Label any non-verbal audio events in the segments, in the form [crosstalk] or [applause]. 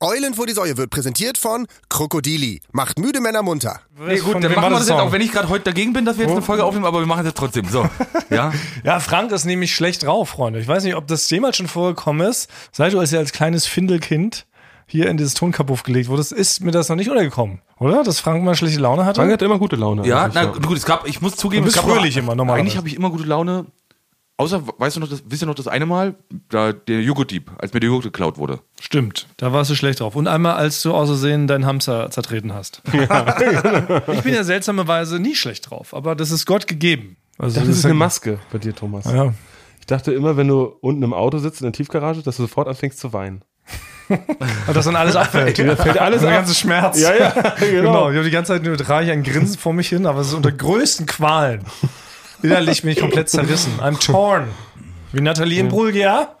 Eulen vor die Säue wird präsentiert von Krokodili. Macht müde Männer munter. Nee, Von gut, dann wem machen war wir der das jetzt, Song? auch wenn ich gerade heute dagegen bin, dass wir jetzt eine Folge aufnehmen, aber wir machen es jetzt trotzdem. [laughs] So, ja? Ja, Frank ist nämlich schlecht drauf, Freunde. Ich weiß nicht, ob das jemals schon vorgekommen ist. Seit du als ja als kleines Findelkind hier in dieses Tonkapuff gelegt wurdest, ist mir das noch nicht untergekommen, oder? Dass Frank mal schlechte Laune hatte? Frank hat immer gute Laune. Ja, Also na ich hab- gut, es gab, ich muss zugeben, Du bist es gab fröhlich immer, normalerweise. Eigentlich habe ich immer gute Laune. Außer, weißt du noch, das, wisst ihr noch das eine Mal, da der Joghurtdieb, als mir der Joghurt geklaut wurde. Stimmt, da warst du schlecht drauf. Und einmal, als du aus Versehen deinen Hamster zertreten [laughs] hast. [laughs] ich bin ja seltsamerweise nie schlecht drauf, aber das ist Gott gegeben. Also Das ist ja- eine Maske bei dir, Thomas. Ja. Ich dachte immer, wenn du unten im Auto sitzt in der Tiefgarage, dass du sofort anfängst zu weinen. Und das dann alles [laughs] abfällt. Da fällt alles Der ab. ganze Schmerz. [laughs] ja, Genau. Ich habe die ganze Zeit nur drei ein Grinsen vor mich hin, aber es ist unter größten Qualen. Innerlich bin ich komplett zerrissen. I'm torn. Wie Nathalie im Brulgia.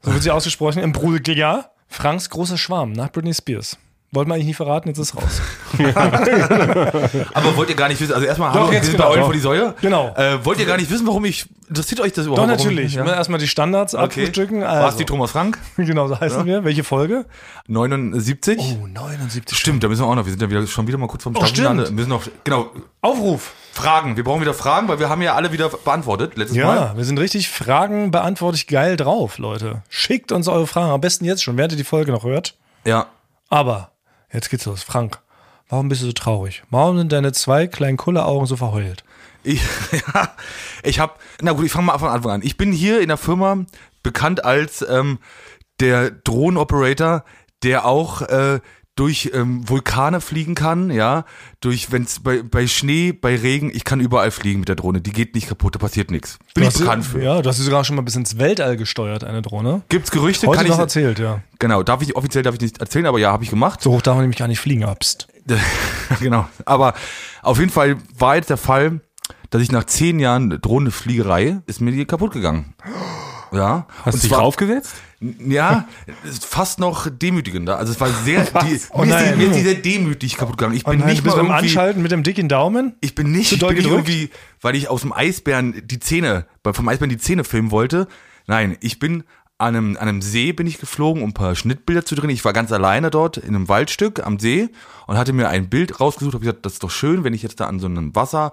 So wird sie ausgesprochen, im Brulgia. Franks großer Schwarm nach Britney Spears. Wollten wir eigentlich nie verraten, jetzt ist raus. Aber wollt ihr gar nicht wissen, also erstmal hallo, jetzt wir sind genau, bei Eulen doch. vor die Säue. Genau. Äh, wollt ihr gar nicht wissen, warum ich, interessiert euch das Doch, überhaupt? warum natürlich. Ich, Wir müssen ja? Erstmal die Standards Okay. abfrühstücken. Also, War's die Thomas Frank? [laughs] genau, so heißen wir. Welche Folge? 79? 79. Stimmt, da müssen wir auch noch, wir sind ja wieder, schon wieder mal kurz vom Oh, Start. stimmt. Wir müssen noch, genau, Aufruf. Fragen. Wir brauchen wieder Fragen, weil wir haben ja alle wieder beantwortet letztes Mal. Ja, wir sind richtig Fragen beantwortlich geil drauf, Leute. Schickt uns eure Fragen. Am besten jetzt schon, während ihr die Folge noch hört. Ja. Aber jetzt geht's los. Frank, warum bist du so traurig? Warum sind deine zwei kleinen Kulleraugen so verheult? Ich, [laughs] ja, ich habe, na gut, ich fange mal von Anfang an. Ich bin hier in der Firma bekannt als ähm, der Drohnenoperator, der auch äh, durch ähm, Vulkane fliegen kann, ja, durch wenn's bei bei Schnee, bei Regen, ich kann überall fliegen mit der Drohne. Die geht nicht kaputt, da passiert nichts. Bin ich Du hast- bekannt für. Ja, du hast sie sogar schon mal bis ins Weltall gesteuert, eine Drohne. Gibt's Gerüchte? Heute noch ich, erzählt, ja. Genau, darf ich offiziell darf ich nicht erzählen, aber ja, habe ich gemacht. So hoch darf man nämlich gar nicht fliegen, abst. [laughs] genau. Aber auf jeden Fall war jetzt der Fall, dass ich nach zehn Jahren Drohnenfliegerei ist mir die kaputt gegangen. [gasps] Ja. Hast du dich zwar- raufgesetzt? Ja, ist fast noch demütigender. Also es war [laughs] sehr, die, Oh mir, ist die, nein. mir ist die sehr demütig kaputt gegangen. Oh Ich bin nicht mal beim irgendwie, Anschalten mit dem dicken [laughs] Daumen. ich bin nicht, Zu ich doll bin nicht gedrückt? irgendwie, weil ich aus dem Eisbären die Zähne, weil vom Eisbären die Zähne filmen wollte. Nein, ich bin an einem, an einem See bin ich geflogen, um ein paar Schnittbilder zu drehen. Ich war ganz alleine dort in einem Waldstück am See und hatte mir ein Bild rausgesucht. Habe gesagt, das ist doch schön, wenn ich jetzt da an so einem Wasser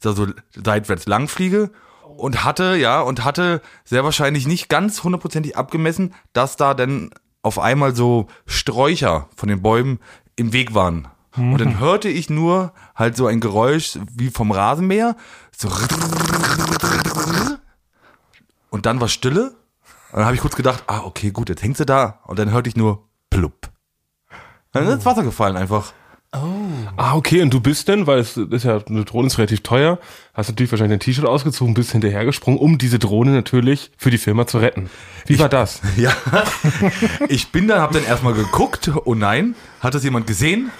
da so seitwärts lang fliege. Oh. Und hatte, ja, und hatte sehr wahrscheinlich nicht ganz hundertprozentig abgemessen, dass da dann auf einmal so Sträucher von den Bäumen im Weg waren. Und dann hörte ich nur halt so ein Geräusch wie vom Rasenmäher. So und dann war Stille. Und dann habe ich kurz gedacht, ah, okay, gut, jetzt hängt sie da. Und dann hörte ich nur plupp. Dann ist ins Wasser gefallen einfach. [laughs] Ah, okay, und du bist denn, weil es ist ja, eine Drohne ist relativ teuer, hast natürlich wahrscheinlich ein T-Shirt ausgezogen, bist hinterhergesprungen, um diese Drohne natürlich für die Firma zu retten. Wie war das? Ja. Ich bin dann, habe dann erstmal geguckt. Oh nein, hat das jemand gesehen?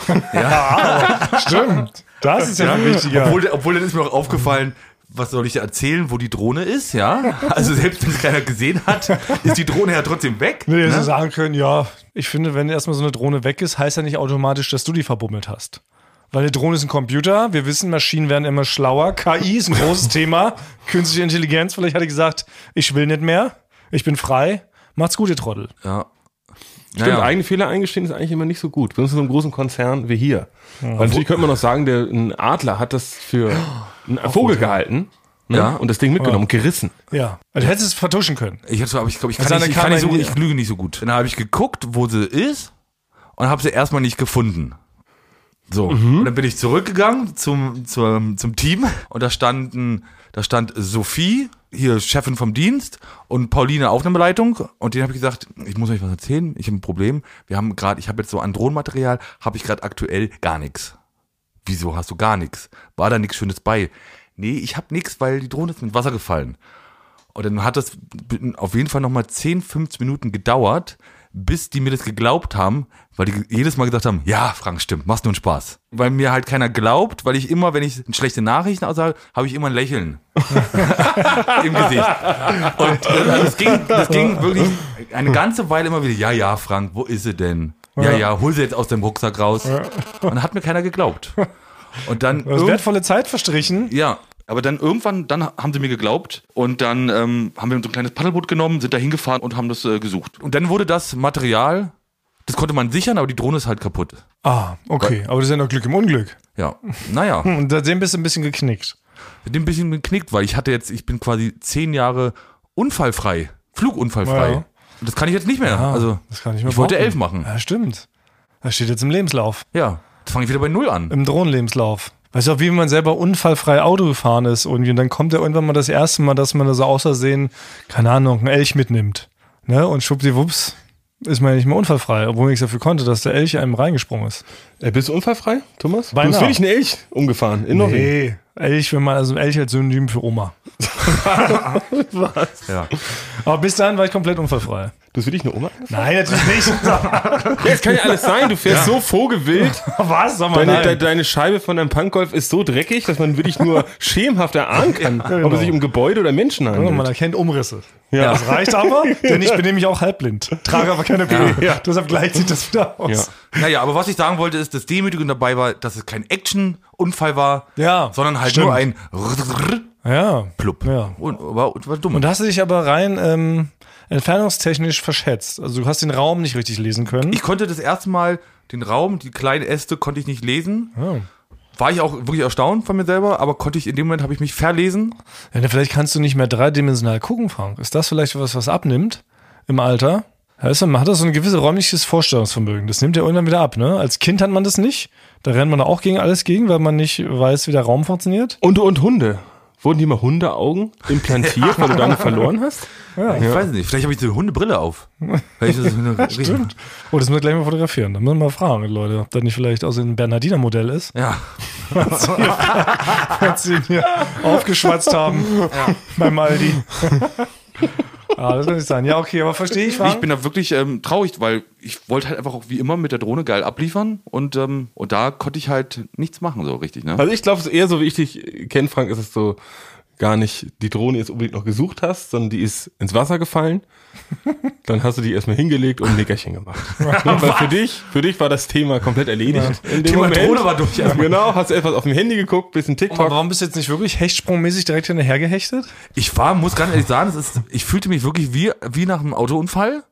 Stimmt. Das ist ja, viel wichtiger. Obwohl, obwohl dann ist mir auch aufgefallen, was soll ich da erzählen, wo die Drohne [laughs] ist, ja? Also selbst wenn es keiner gesehen hat, ist die Drohne ja trotzdem weg. Nee, hätte sagen können, ja, ich finde, wenn erstmal so eine Drohne weg ist, heißt ja nicht automatisch, dass du die verbummelt hast. Weil eine Drohne ist ein Computer, wir wissen, Maschinen werden immer schlauer, KI ist ein [laughs] großes Thema, künstliche Intelligenz, vielleicht hat er gesagt, ich will nicht mehr, ich bin frei, macht's gut, ihr Trottel. Ja. Stimmt, Naja. eigene Fehler eingestehen ist eigentlich immer nicht so gut. Bei uns in so einem großen Konzern wie hier. Weil natürlich könnte man noch sagen, der ein Adler hat das [gasps] für einen Vogel gehalten ne? Ja. und das Ding mitgenommen, gerissen. Ja, also du hättest es vertuschen können. Ich hatte, aber ich glaube, ich kann, Also nicht, dann ich, kam kann nicht so, ein- ich lüge nicht so gut. Dann habe ich geguckt, wo sie ist und habe sie erstmal nicht gefunden. So, und dann bin ich zurückgegangen zum, zum, zum Team und da standen, da stand Sophie, hier Chefin vom Dienst und Pauline auch in der Leitung und denen habe ich gesagt, ich muss euch was erzählen, ich habe ein Problem. Wir haben gerade, ich habe jetzt so an Drohnenmaterial, habe ich gerade aktuell gar nichts. Wieso hast du gar nichts? War da nichts Schönes bei? Nee, ich habe nichts, weil die Drohne ist mit Wasser gefallen. Und dann hat das auf jeden Fall nochmal 10, 15 Minuten gedauert, bis die mir das geglaubt haben, weil die jedes Mal gesagt haben, ja, Frank, stimmt, machst nur einen Spaß. Weil mir halt keiner glaubt, weil ich immer, wenn ich schlechte Nachrichten aussage, habe ich immer ein Lächeln [laughs] im Gesicht. Und äh, das, ging, das ging wirklich eine ganze Weile immer wieder, ja, ja, Frank, wo ist sie denn? Ja, ja, hol sie jetzt aus dem Rucksack raus. Und dann hat mir keiner geglaubt. Und dann Du hast irgend- wertvolle Zeit verstrichen. ja, aber dann irgendwann, dann haben sie mir geglaubt und dann ähm, haben wir so ein kleines Paddelboot genommen, sind da hingefahren und haben das äh, gesucht. Und dann wurde das Material Das konnte man sichern, aber die Drohne ist halt kaputt. Ah, okay. Aber das ist ja noch Glück im Unglück. [laughs] Ja, naja, Hm, Und seitdem bist du ein bisschen geknickt. mit dem bisschen geknickt, weil ich hatte jetzt, ich bin quasi zehn Jahre unfallfrei, flugunfallfrei. Ja. Und das kann ich jetzt nicht mehr. Ah, also, das kann ich mir ich wollte behaupten. elf machen. Ja, stimmt. Das steht jetzt im Lebenslauf. Ja, jetzt fange ich wieder bei [laughs] null an. Im Drohnenlebenslauf. Weißt du auch, wie man selber unfallfrei Auto gefahren ist irgendwie. Und dann kommt ja irgendwann mal das erste Mal, dass man da so außersehen, keine Ahnung, einen Elch mitnimmt. Ne? Und schwuppdiwupps ist man ja nicht mehr unfallfrei, obwohl man nichts dafür konnte, dass der Elch einem reingesprungen ist. Äh, bist du unfallfrei, Thomas? Du Beinahe. bist wirklich ein Elch umgefahren in Norwegen. Nee, Elch, wenn man, also Elch als Synonym für Oma. Ja. Aber bis dahin war ich komplett unfallfrei. Du bist wirklich eine Oma? angefahren? Nein, natürlich nicht. [laughs] Das kann ja alles sein. Du fährst so vogelwild. Was? Sag mal, Deine, de, nein. deine Scheibe von deinem Punkgolf ist so dreckig, dass man wirklich nur schämhaft erahnen kann, ob genau. es sich um Gebäude oder Menschen Ja, Man handelt. erkennt Umrisse. Ja. Das reicht aber, denn ich bin nämlich auch halbblind. Trage aber keine Brille. Deshalb gleicht sich das wieder Ja. aus. Naja, aber was ich sagen wollte, ist, das Demütigende dabei war, dass es kein Action-Unfall war, Ja, sondern halt stimmt. nur ein Rrrr Ja. Plupp. Ja. Und war, war dumm. Und da hast du dich aber rein ähm, entfernungstechnisch verschätzt. Also du hast den Raum nicht richtig lesen können. ich konnte das erste Mal den Raum, die kleinen Äste, konnte ich nicht lesen. War ich auch wirklich erstaunt von mir selber, aber konnte ich in dem Moment habe ich mich verlesen. ja, vielleicht kannst du nicht mehr dreidimensional gucken, Frank. Ist das vielleicht was, was abnimmt im Alter? Weißt du, man hat da so ein gewisses räumliches Vorstellungsvermögen. Das nimmt ja irgendwann wieder ab, ne? Als Kind hat man das nicht. Da rennt man auch gegen alles gegen, weil man nicht weiß, wie der Raum funktioniert. Und, und Hunde. Wurden dir mal Hundeaugen implantiert, weil du damit verloren hast? Ich weiß nicht, vielleicht habe ich so eine Hundebrille auf. Vielleicht ist [laughs] das Stimmt. Oh, das müssen wir gleich mal fotografieren. Da müssen wir mal fragen, Leute, ob das nicht vielleicht aus dem Bernardiner-Modell ist. Ja. als sie ihn hier aufgeschwatzt haben beim Aldi. ah, das kann nicht sein. Ja, okay, aber verstehe ich, Frank. Ich bin da wirklich ähm, traurig, weil ich wollte halt einfach auch wie immer mit der Drohne geil abliefern und, ähm, und da konnte ich halt nichts machen, so richtig. Ne? Also ich glaube, es ist eher so, wie ich dich kenne, Frank, ist es so gar nicht die Drohne jetzt unbedingt noch gesucht hast, sondern die ist ins Wasser gefallen. Dann hast du die erstmal hingelegt und ein Nickerchen gemacht. Weil für dich, für dich war das Thema komplett erledigt. In dem Thema Drohne war durch. Genau, hast etwas auf dem Handy geguckt, bisschen TikTok. warum bist du jetzt nicht wirklich hechtsprungmäßig direkt hinterher gehechtet? Ich war, muss ganz ehrlich sagen, es ist, ich fühlte mich wirklich wie, wie nach einem Autounfall.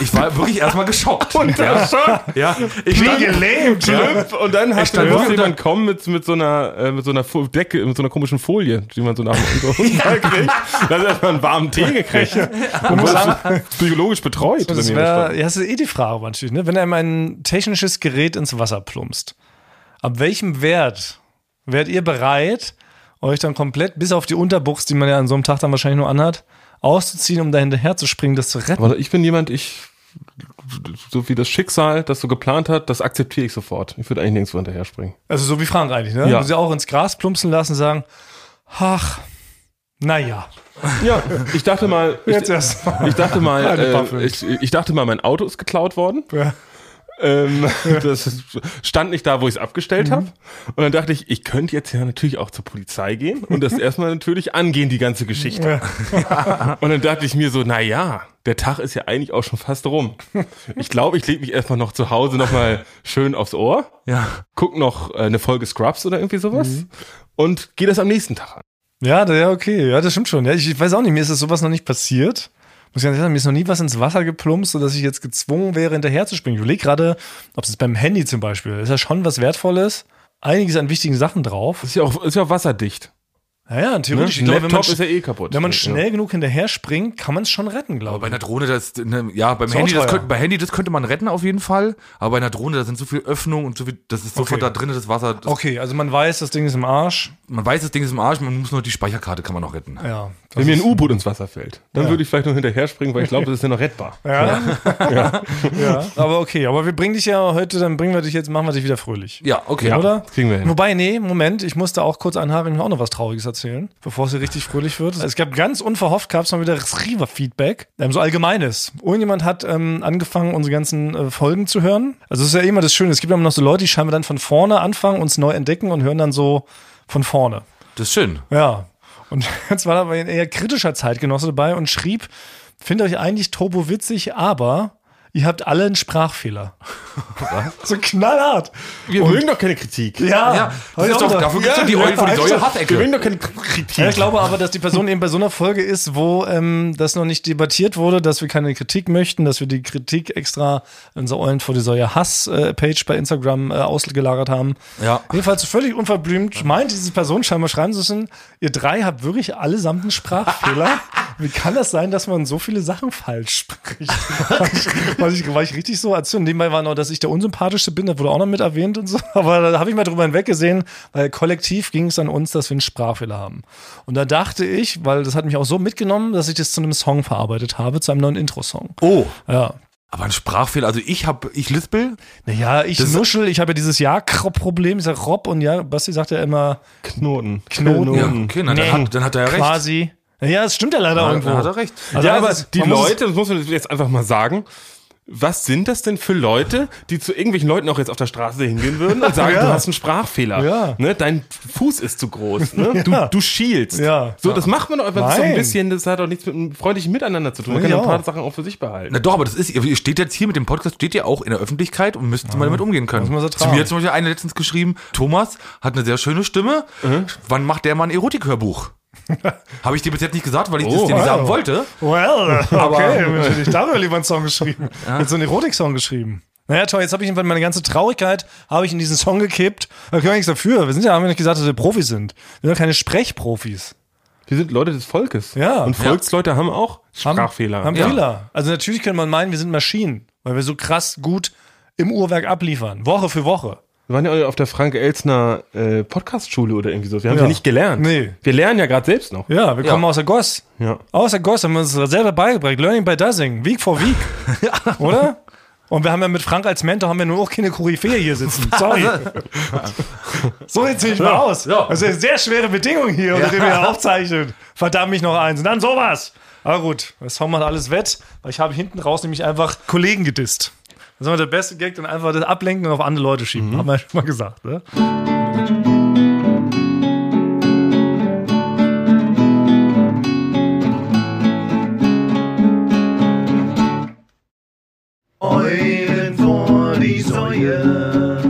Ich war wirklich erstmal geschockt. [laughs] Und ja. ja. Ich stand, gelähmt. Ja. Schlüpf, Und dann hast stand du wirklich wirklich unter- jemand kommen mit, mit so einer, äh, mit so einer Fo- Decke, mit so einer komischen Folie, die man so nach [laughs] dem Unterhose kriegt. Da hast du erstmal einen warmen Tee gekriegt. Und wurdest psychologisch betreut. Das wenn mir wäre, ja, das ist eh die Frage natürlich, ne? Wenn einem ein technisches Gerät ins Wasser plumpst, ab welchem Wert wärt ihr bereit, euch dann komplett bis auf die Unterbuchs, die man ja an so einem Tag dann wahrscheinlich nur anhat, auszuziehen, um da hinterher zu springen, das zu retten? Aber ich bin jemand, ich, so wie das Schicksal, das so geplant hat, das akzeptiere ich sofort. Ich würde eigentlich nirgendwo hinterher springen. Also so wie Frank eigentlich, ne? Ja. Wo sie auch ins Gras plumpsen lassen und sagen, ach, naja. Ja, ich dachte mal, ich, erst. ich dachte mal, Eine Waffe. äh, ich, ich dachte mal, mein Auto ist geklaut worden. Ja. Ähm, [laughs] das ist- stand nicht da, wo ich es abgestellt Mhm. habe. Und dann dachte ich, ich könnte jetzt ja natürlich auch zur Polizei gehen und [laughs] das erstmal natürlich angehen, die ganze Geschichte. [laughs] Und dann dachte ich mir so, na ja, der Tag ist ja eigentlich auch schon fast rum. Ich glaube, ich lege mich erstmal noch zu Hause nochmal schön aufs Ohr. ja. guck noch äh, eine Folge Scrubs oder irgendwie sowas Mhm. und geh das am nächsten Tag an. Ja, da- ja, okay. Ja, das stimmt schon. Ja, ich, ich weiß auch nicht, mir ist das sowas noch nicht passiert. Muss ich ganz ehrlich sagen, mir ist noch nie was ins Wasser geplumpst, sodass ich jetzt gezwungen wäre, hinterher zu springen. Ich überlege gerade, ob es jetzt beim Handy zum Beispiel ist. ja schon was Wertvolles. Einiges an wichtigen Sachen drauf. Ist ja auch, ist ja auch wasserdicht. Naja, Ne? theoretisch. Ein Ich glaube, wenn man, Laptop ist ja eh kaputt. wenn man Ja. schnell genug hinterher springt, kann man es schon retten, Aber bei glaube ich. einer Drohne, das, ne, ja, beim auch Handy, das teuer. könnte, bei Handy, das könnte man retten auf jeden Fall. Aber bei einer Drohne, da sind so viel Öffnungen und so viel, das ist sofort Okay. da drin, das Wasser. Das, Okay, also man weiß, das Ding ist im Arsch. Man weiß, das Ding ist im Arsch, man muss nur die Speicherkarte kann man noch retten. Ja. Wenn mir ein U-Boot ins Wasser fällt, dann würde ich vielleicht noch hinterher springen, weil ich glaube, das ist ja noch rettbar. Ja. [laughs] ja. Aber okay, aber wir bringen dich ja heute, dann bringen wir dich jetzt, machen wir dich wieder fröhlich. Ja, okay. Ja. Oder? Kriegen wir hin. Wobei, nee, Moment, ich musste auch kurz anhaken, ich muss auch noch was Trauriges erzählen, bevor es hier richtig fröhlich wird. Es gab ganz unverhofft, gab es mal wieder Receiver-Feedback, ähm, so allgemeines. Irgendjemand hat ähm, angefangen, unsere ganzen äh, Folgen zu hören. Also es ist ja immer das Schöne, es gibt ja immer noch so Leute, die scheinbar dann von vorne anfangen, uns neu entdecken und hören dann so von vorne. Das ist schön. Ja. Und [laughs] jetzt war da aber ein eher kritischer Zeitgenosse dabei und [laughs] schrieb, findet euch eigentlich turbo witzig, aber ihr habt alle einen Sprachfehler. So knallhart. Wir mögen doch keine Kritik. Ja, Ja, hab das ich ist Ah, auch doch, gedacht. dafür gibt's doch die ja, Eulen vor die ja, Säule stimmt. Wir Hasecke. mögen doch keine Kritik. Ja, ich glaube aber, dass die Person eben bei so einer Folge ist, wo ähm, das noch nicht debattiert wurde, dass wir keine Kritik möchten, dass wir die Kritik extra in unserer Eulen vor die Säule Hass-Page bei Instagram äh, ausgelagert haben. Ja. Jedenfalls völlig unverblümt meint diese Person scheinbar schreiben zu müssen, ihr drei habt wirklich allesamt einen Sprachfehler. Wie kann das sein, dass man so viele Sachen falsch spricht? [laughs] war, ich, war, ich, war ich richtig so? Als und nebenbei war noch, dass ich der Unsympathischste bin, das wurde auch noch mit erwähnt und so. [laughs] Aber da habe ich mal drüber hinweggesehen, weil kollektiv ging es an uns, dass wir einen Sprachfehler haben. Und da dachte ich, weil das hat mich auch so mitgenommen, dass ich das zu einem Song verarbeitet habe, zu einem neuen Intro-Song. Oh, Ja. aber ein Sprachfehler. Also ich hab, ich lispel. Naja, ich Das- nuschel, ich habe ja dieses Ja-Problem, ich sage Rob und ja, Basti sagt ja immer, Knoten. Knoten. Ja, Knoten. okay, na, dann, Hm. Nee. hat, dann hat er ja recht. quasi. Ja, das stimmt ja leider Dann irgendwo. hat er recht. Also ja, das aber ist- die man muss- Leute, das muss man jetzt einfach mal sagen, was sind das denn für Leute, die zu irgendwelchen Leuten auch jetzt auf der Straße hingehen würden und [laughs] sagen, Ja. du hast einen Sprachfehler. Ja. Ne? Dein Fuß ist zu groß. Ne? Ja. Du, du schielst. Ja. So, das macht man doch einfach so ein Nein. bisschen, das hat auch nichts mit einem freundlichen Miteinander zu tun. Man Ja. kann doch ein paar Sachen auch für sich behalten. Na doch, aber das ist, ihr steht jetzt hier mit dem Podcast, steht ihr auch in der Öffentlichkeit und müsst mal damit umgehen können. Muss man so Zu tragen. mir hat zum Beispiel einer letztens geschrieben, Thomas hat eine sehr schöne Stimme, Mhm. wann macht der mal [laughs] ein Erotikhörbuch? Habe ich dir bis jetzt nicht gesagt, weil ich das dir nicht wow. sagen wollte. Well, okay, natürlich. Da haben wir lieber einen Song geschrieben. Jetzt so einen Erotik-Song geschrieben. Naja, toll, jetzt habe ich jedenfalls meine ganze Traurigkeit habe ich in diesen Song gekippt. Da können wir nichts dafür. Wir sind ja, haben wir nicht gesagt, dass wir Profis sind. Wir sind doch keine Sprechprofis. Wir sind Leute des Volkes. Ja. Und Volksleute haben auch Haben- Sprachfehler. Haben Ja. Fehler. Also natürlich könnte man meinen, wir sind Maschinen, weil wir so krass gut im Uhrwerk abliefern. Woche für Woche. Wir waren ja alle auf der Frank-Elzner äh, Podcast-Schule oder irgendwie so. Wir haben ja, Ja. nicht gelernt. Nee. Wir lernen ja gerade selbst noch. Ja, wir kommen aus der Goss. Ja. Aus der Goss haben wir uns selber beigebracht. Learning by Doing. Week for Week. Oder? Und wir haben ja mit Frank als Mentor haben wir nur auch keine Koryphäe hier sitzen. Sorry. so jetzt sehe ich mal aus. ja. Das sind sehr schwere Bedingungen hier, unter denen wir hier aufzeichnen. Verdammt mich noch eins. Und dann sowas. Aber gut, das hauen wir alles wett, weil ich habe hinten raus nämlich einfach Kollegen gedisst. Das ist immer der beste Gag, dann einfach das ablenken und auf andere Leute schieben. Haben wir ja schon mal gesagt, ne? Eulen vor die Säue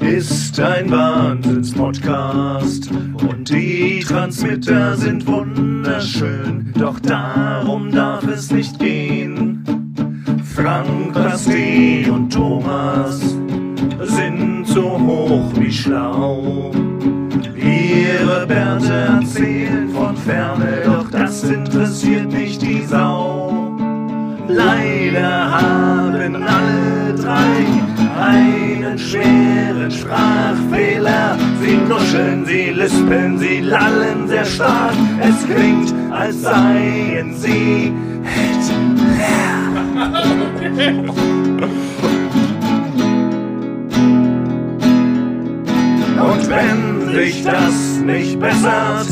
ist ein Wahnsinns-Podcast und die Transmitter sind wunderschön, doch darum darf es nicht gehen. Frank, Basti und Thomas sind so hoch wie schlau. Ihre Bärte erzählen von Ferne, doch das interessiert nicht die Sau. Leider haben alle drei einen schweren Sprachfehler. Sie nuscheln, sie lispeln, sie lallen sehr stark. Es klingt, als seien sie Hitler. Und wenn sich das nicht bessert,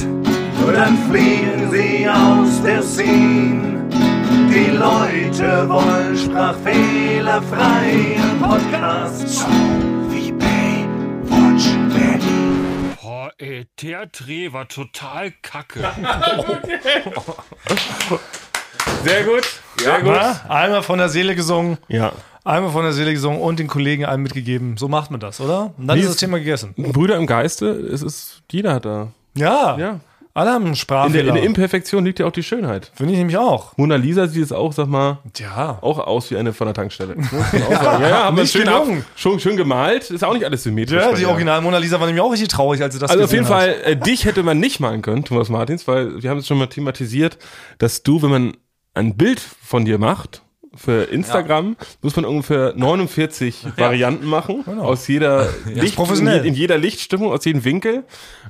dann fliegen sie aus der Scene. Die Leute wollen sprachfehlerfreie Podcasts. So wie Baywatch Berlin. Boah, ey, der Dreh war total kacke. Sehr gut. Sehr Einmal von der Seele gesungen, Ja. einmal von der Seele gesungen und den Kollegen allen mitgegeben. So macht man das, oder? Und dann Wie ist das ist- Thema gegessen. Brüder im Geiste, es ist, jeder hat da. Ja, Ja. alle haben einen In der, in Sprachfehler. der Imperfektion liegt ja auch die Schönheit. Finde ich nämlich auch. Mona Lisa sieht es auch, sag mal, Tja. auch aus wie eine von [laughs] der Tankstelle. Muss man auch sagen. Ja, ja, hat man nicht schön, ab, gelungen. schon, schön gemalt. Ist auch nicht alles symmetrisch. Ja, bei die der. Original Mona Lisa war nämlich auch richtig traurig, als sie das Also auf gesehen jeden hat. Fall, äh, dich hätte man nicht malen können, Thomas Martins, weil wir haben es schon mal thematisiert, dass du, wenn man ein Bild von dir macht, für Instagram muss man ungefähr 49 Varianten machen, aus jeder Licht, Genau. professionell. In, in jeder Lichtstimmung, aus jedem Winkel.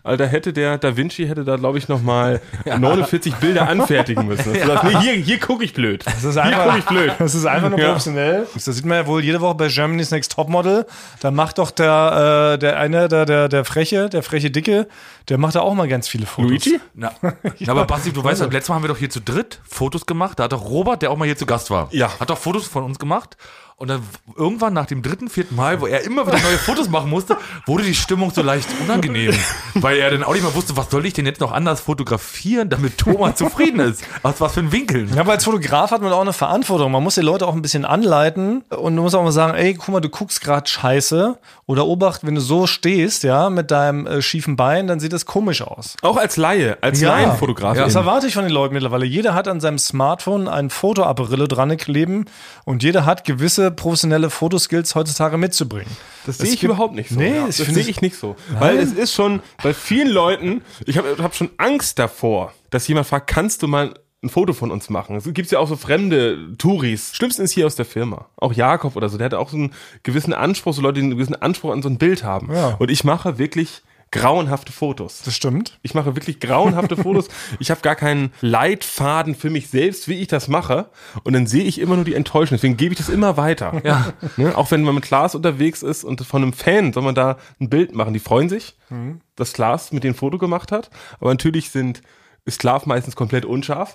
Also da hätte der Da Vinci hätte da glaube ich noch [laughs] mal 49 Bilder anfertigen müssen. Dass du sagst, nee, hier hier gucke ich blöd. Das ist Hier einfach, gucke ich blöd. [laughs] Das ist einfach nur Ja. professionell. Das sieht man ja wohl jede Woche bei Germany's Next Topmodel. Da macht doch der, äh, der eine, der, der, der freche, der freche Dicke, der macht da auch mal ganz viele Fotos. Luigi? [laughs] Na, na, aber Basti, du weißt, letztes Mal haben wir doch hier zu dritt Fotos gemacht. Da hat doch Robert, der auch mal hier zu Gast war, Ja. hat doch Fotos von uns gemacht. Und dann irgendwann nach dem dritten, vierten Mal, wo er immer wieder neue Fotos machen musste, wurde die Stimmung so leicht unangenehm. [laughs] Weil er dann auch nicht mehr wusste, was soll ich denn jetzt noch anders fotografieren, damit Thomas zufrieden ist. Aus was für ein Winkeln. Ja, aber als Fotograf hat man auch eine Verantwortung. Man muss die Leute auch ein bisschen anleiten und du musst auch mal sagen, ey, guck mal, du guckst gerade scheiße oder obacht, wenn du so stehst, ja, mit deinem äh, schiefen Bein, dann sieht das komisch aus. Auch als Laie, als Ja. Laienfotograf. Das erwarte ich von den Leuten mittlerweile. Jeder hat an seinem Smartphone ein Fotoabrille dran kleben und jeder hat gewisse professionelle Fotoskills heutzutage mitzubringen. Das sehe ich überhaupt nicht so. Nee, ja. das das finde sehe ich- ich nicht so. Weil es ist schon bei vielen Leuten, ich habe hab schon Angst davor, dass jemand fragt, kannst du mal ein Foto von uns machen? Es gibt ja auch so fremde Touris. Schlimmstens hier aus der Firma. Auch Jakob oder so, der hat auch so einen gewissen Anspruch, so Leute, die einen gewissen Anspruch an so ein Bild haben. Ja. Und ich mache wirklich grauenhafte Fotos. Das stimmt. Ich mache wirklich grauenhafte Fotos. Ich habe gar keinen Leitfaden für mich selbst, wie ich das mache. Und dann sehe ich immer nur die Enttäuschung. Deswegen gebe ich das [laughs] immer weiter. Ja. Ne? Auch wenn man mit Klaas unterwegs ist und von einem Fan soll man da ein Bild machen. Die freuen sich, Mhm. dass Klaas mit dem Foto gemacht hat. Aber natürlich sind ist Klaas meistens komplett unscharf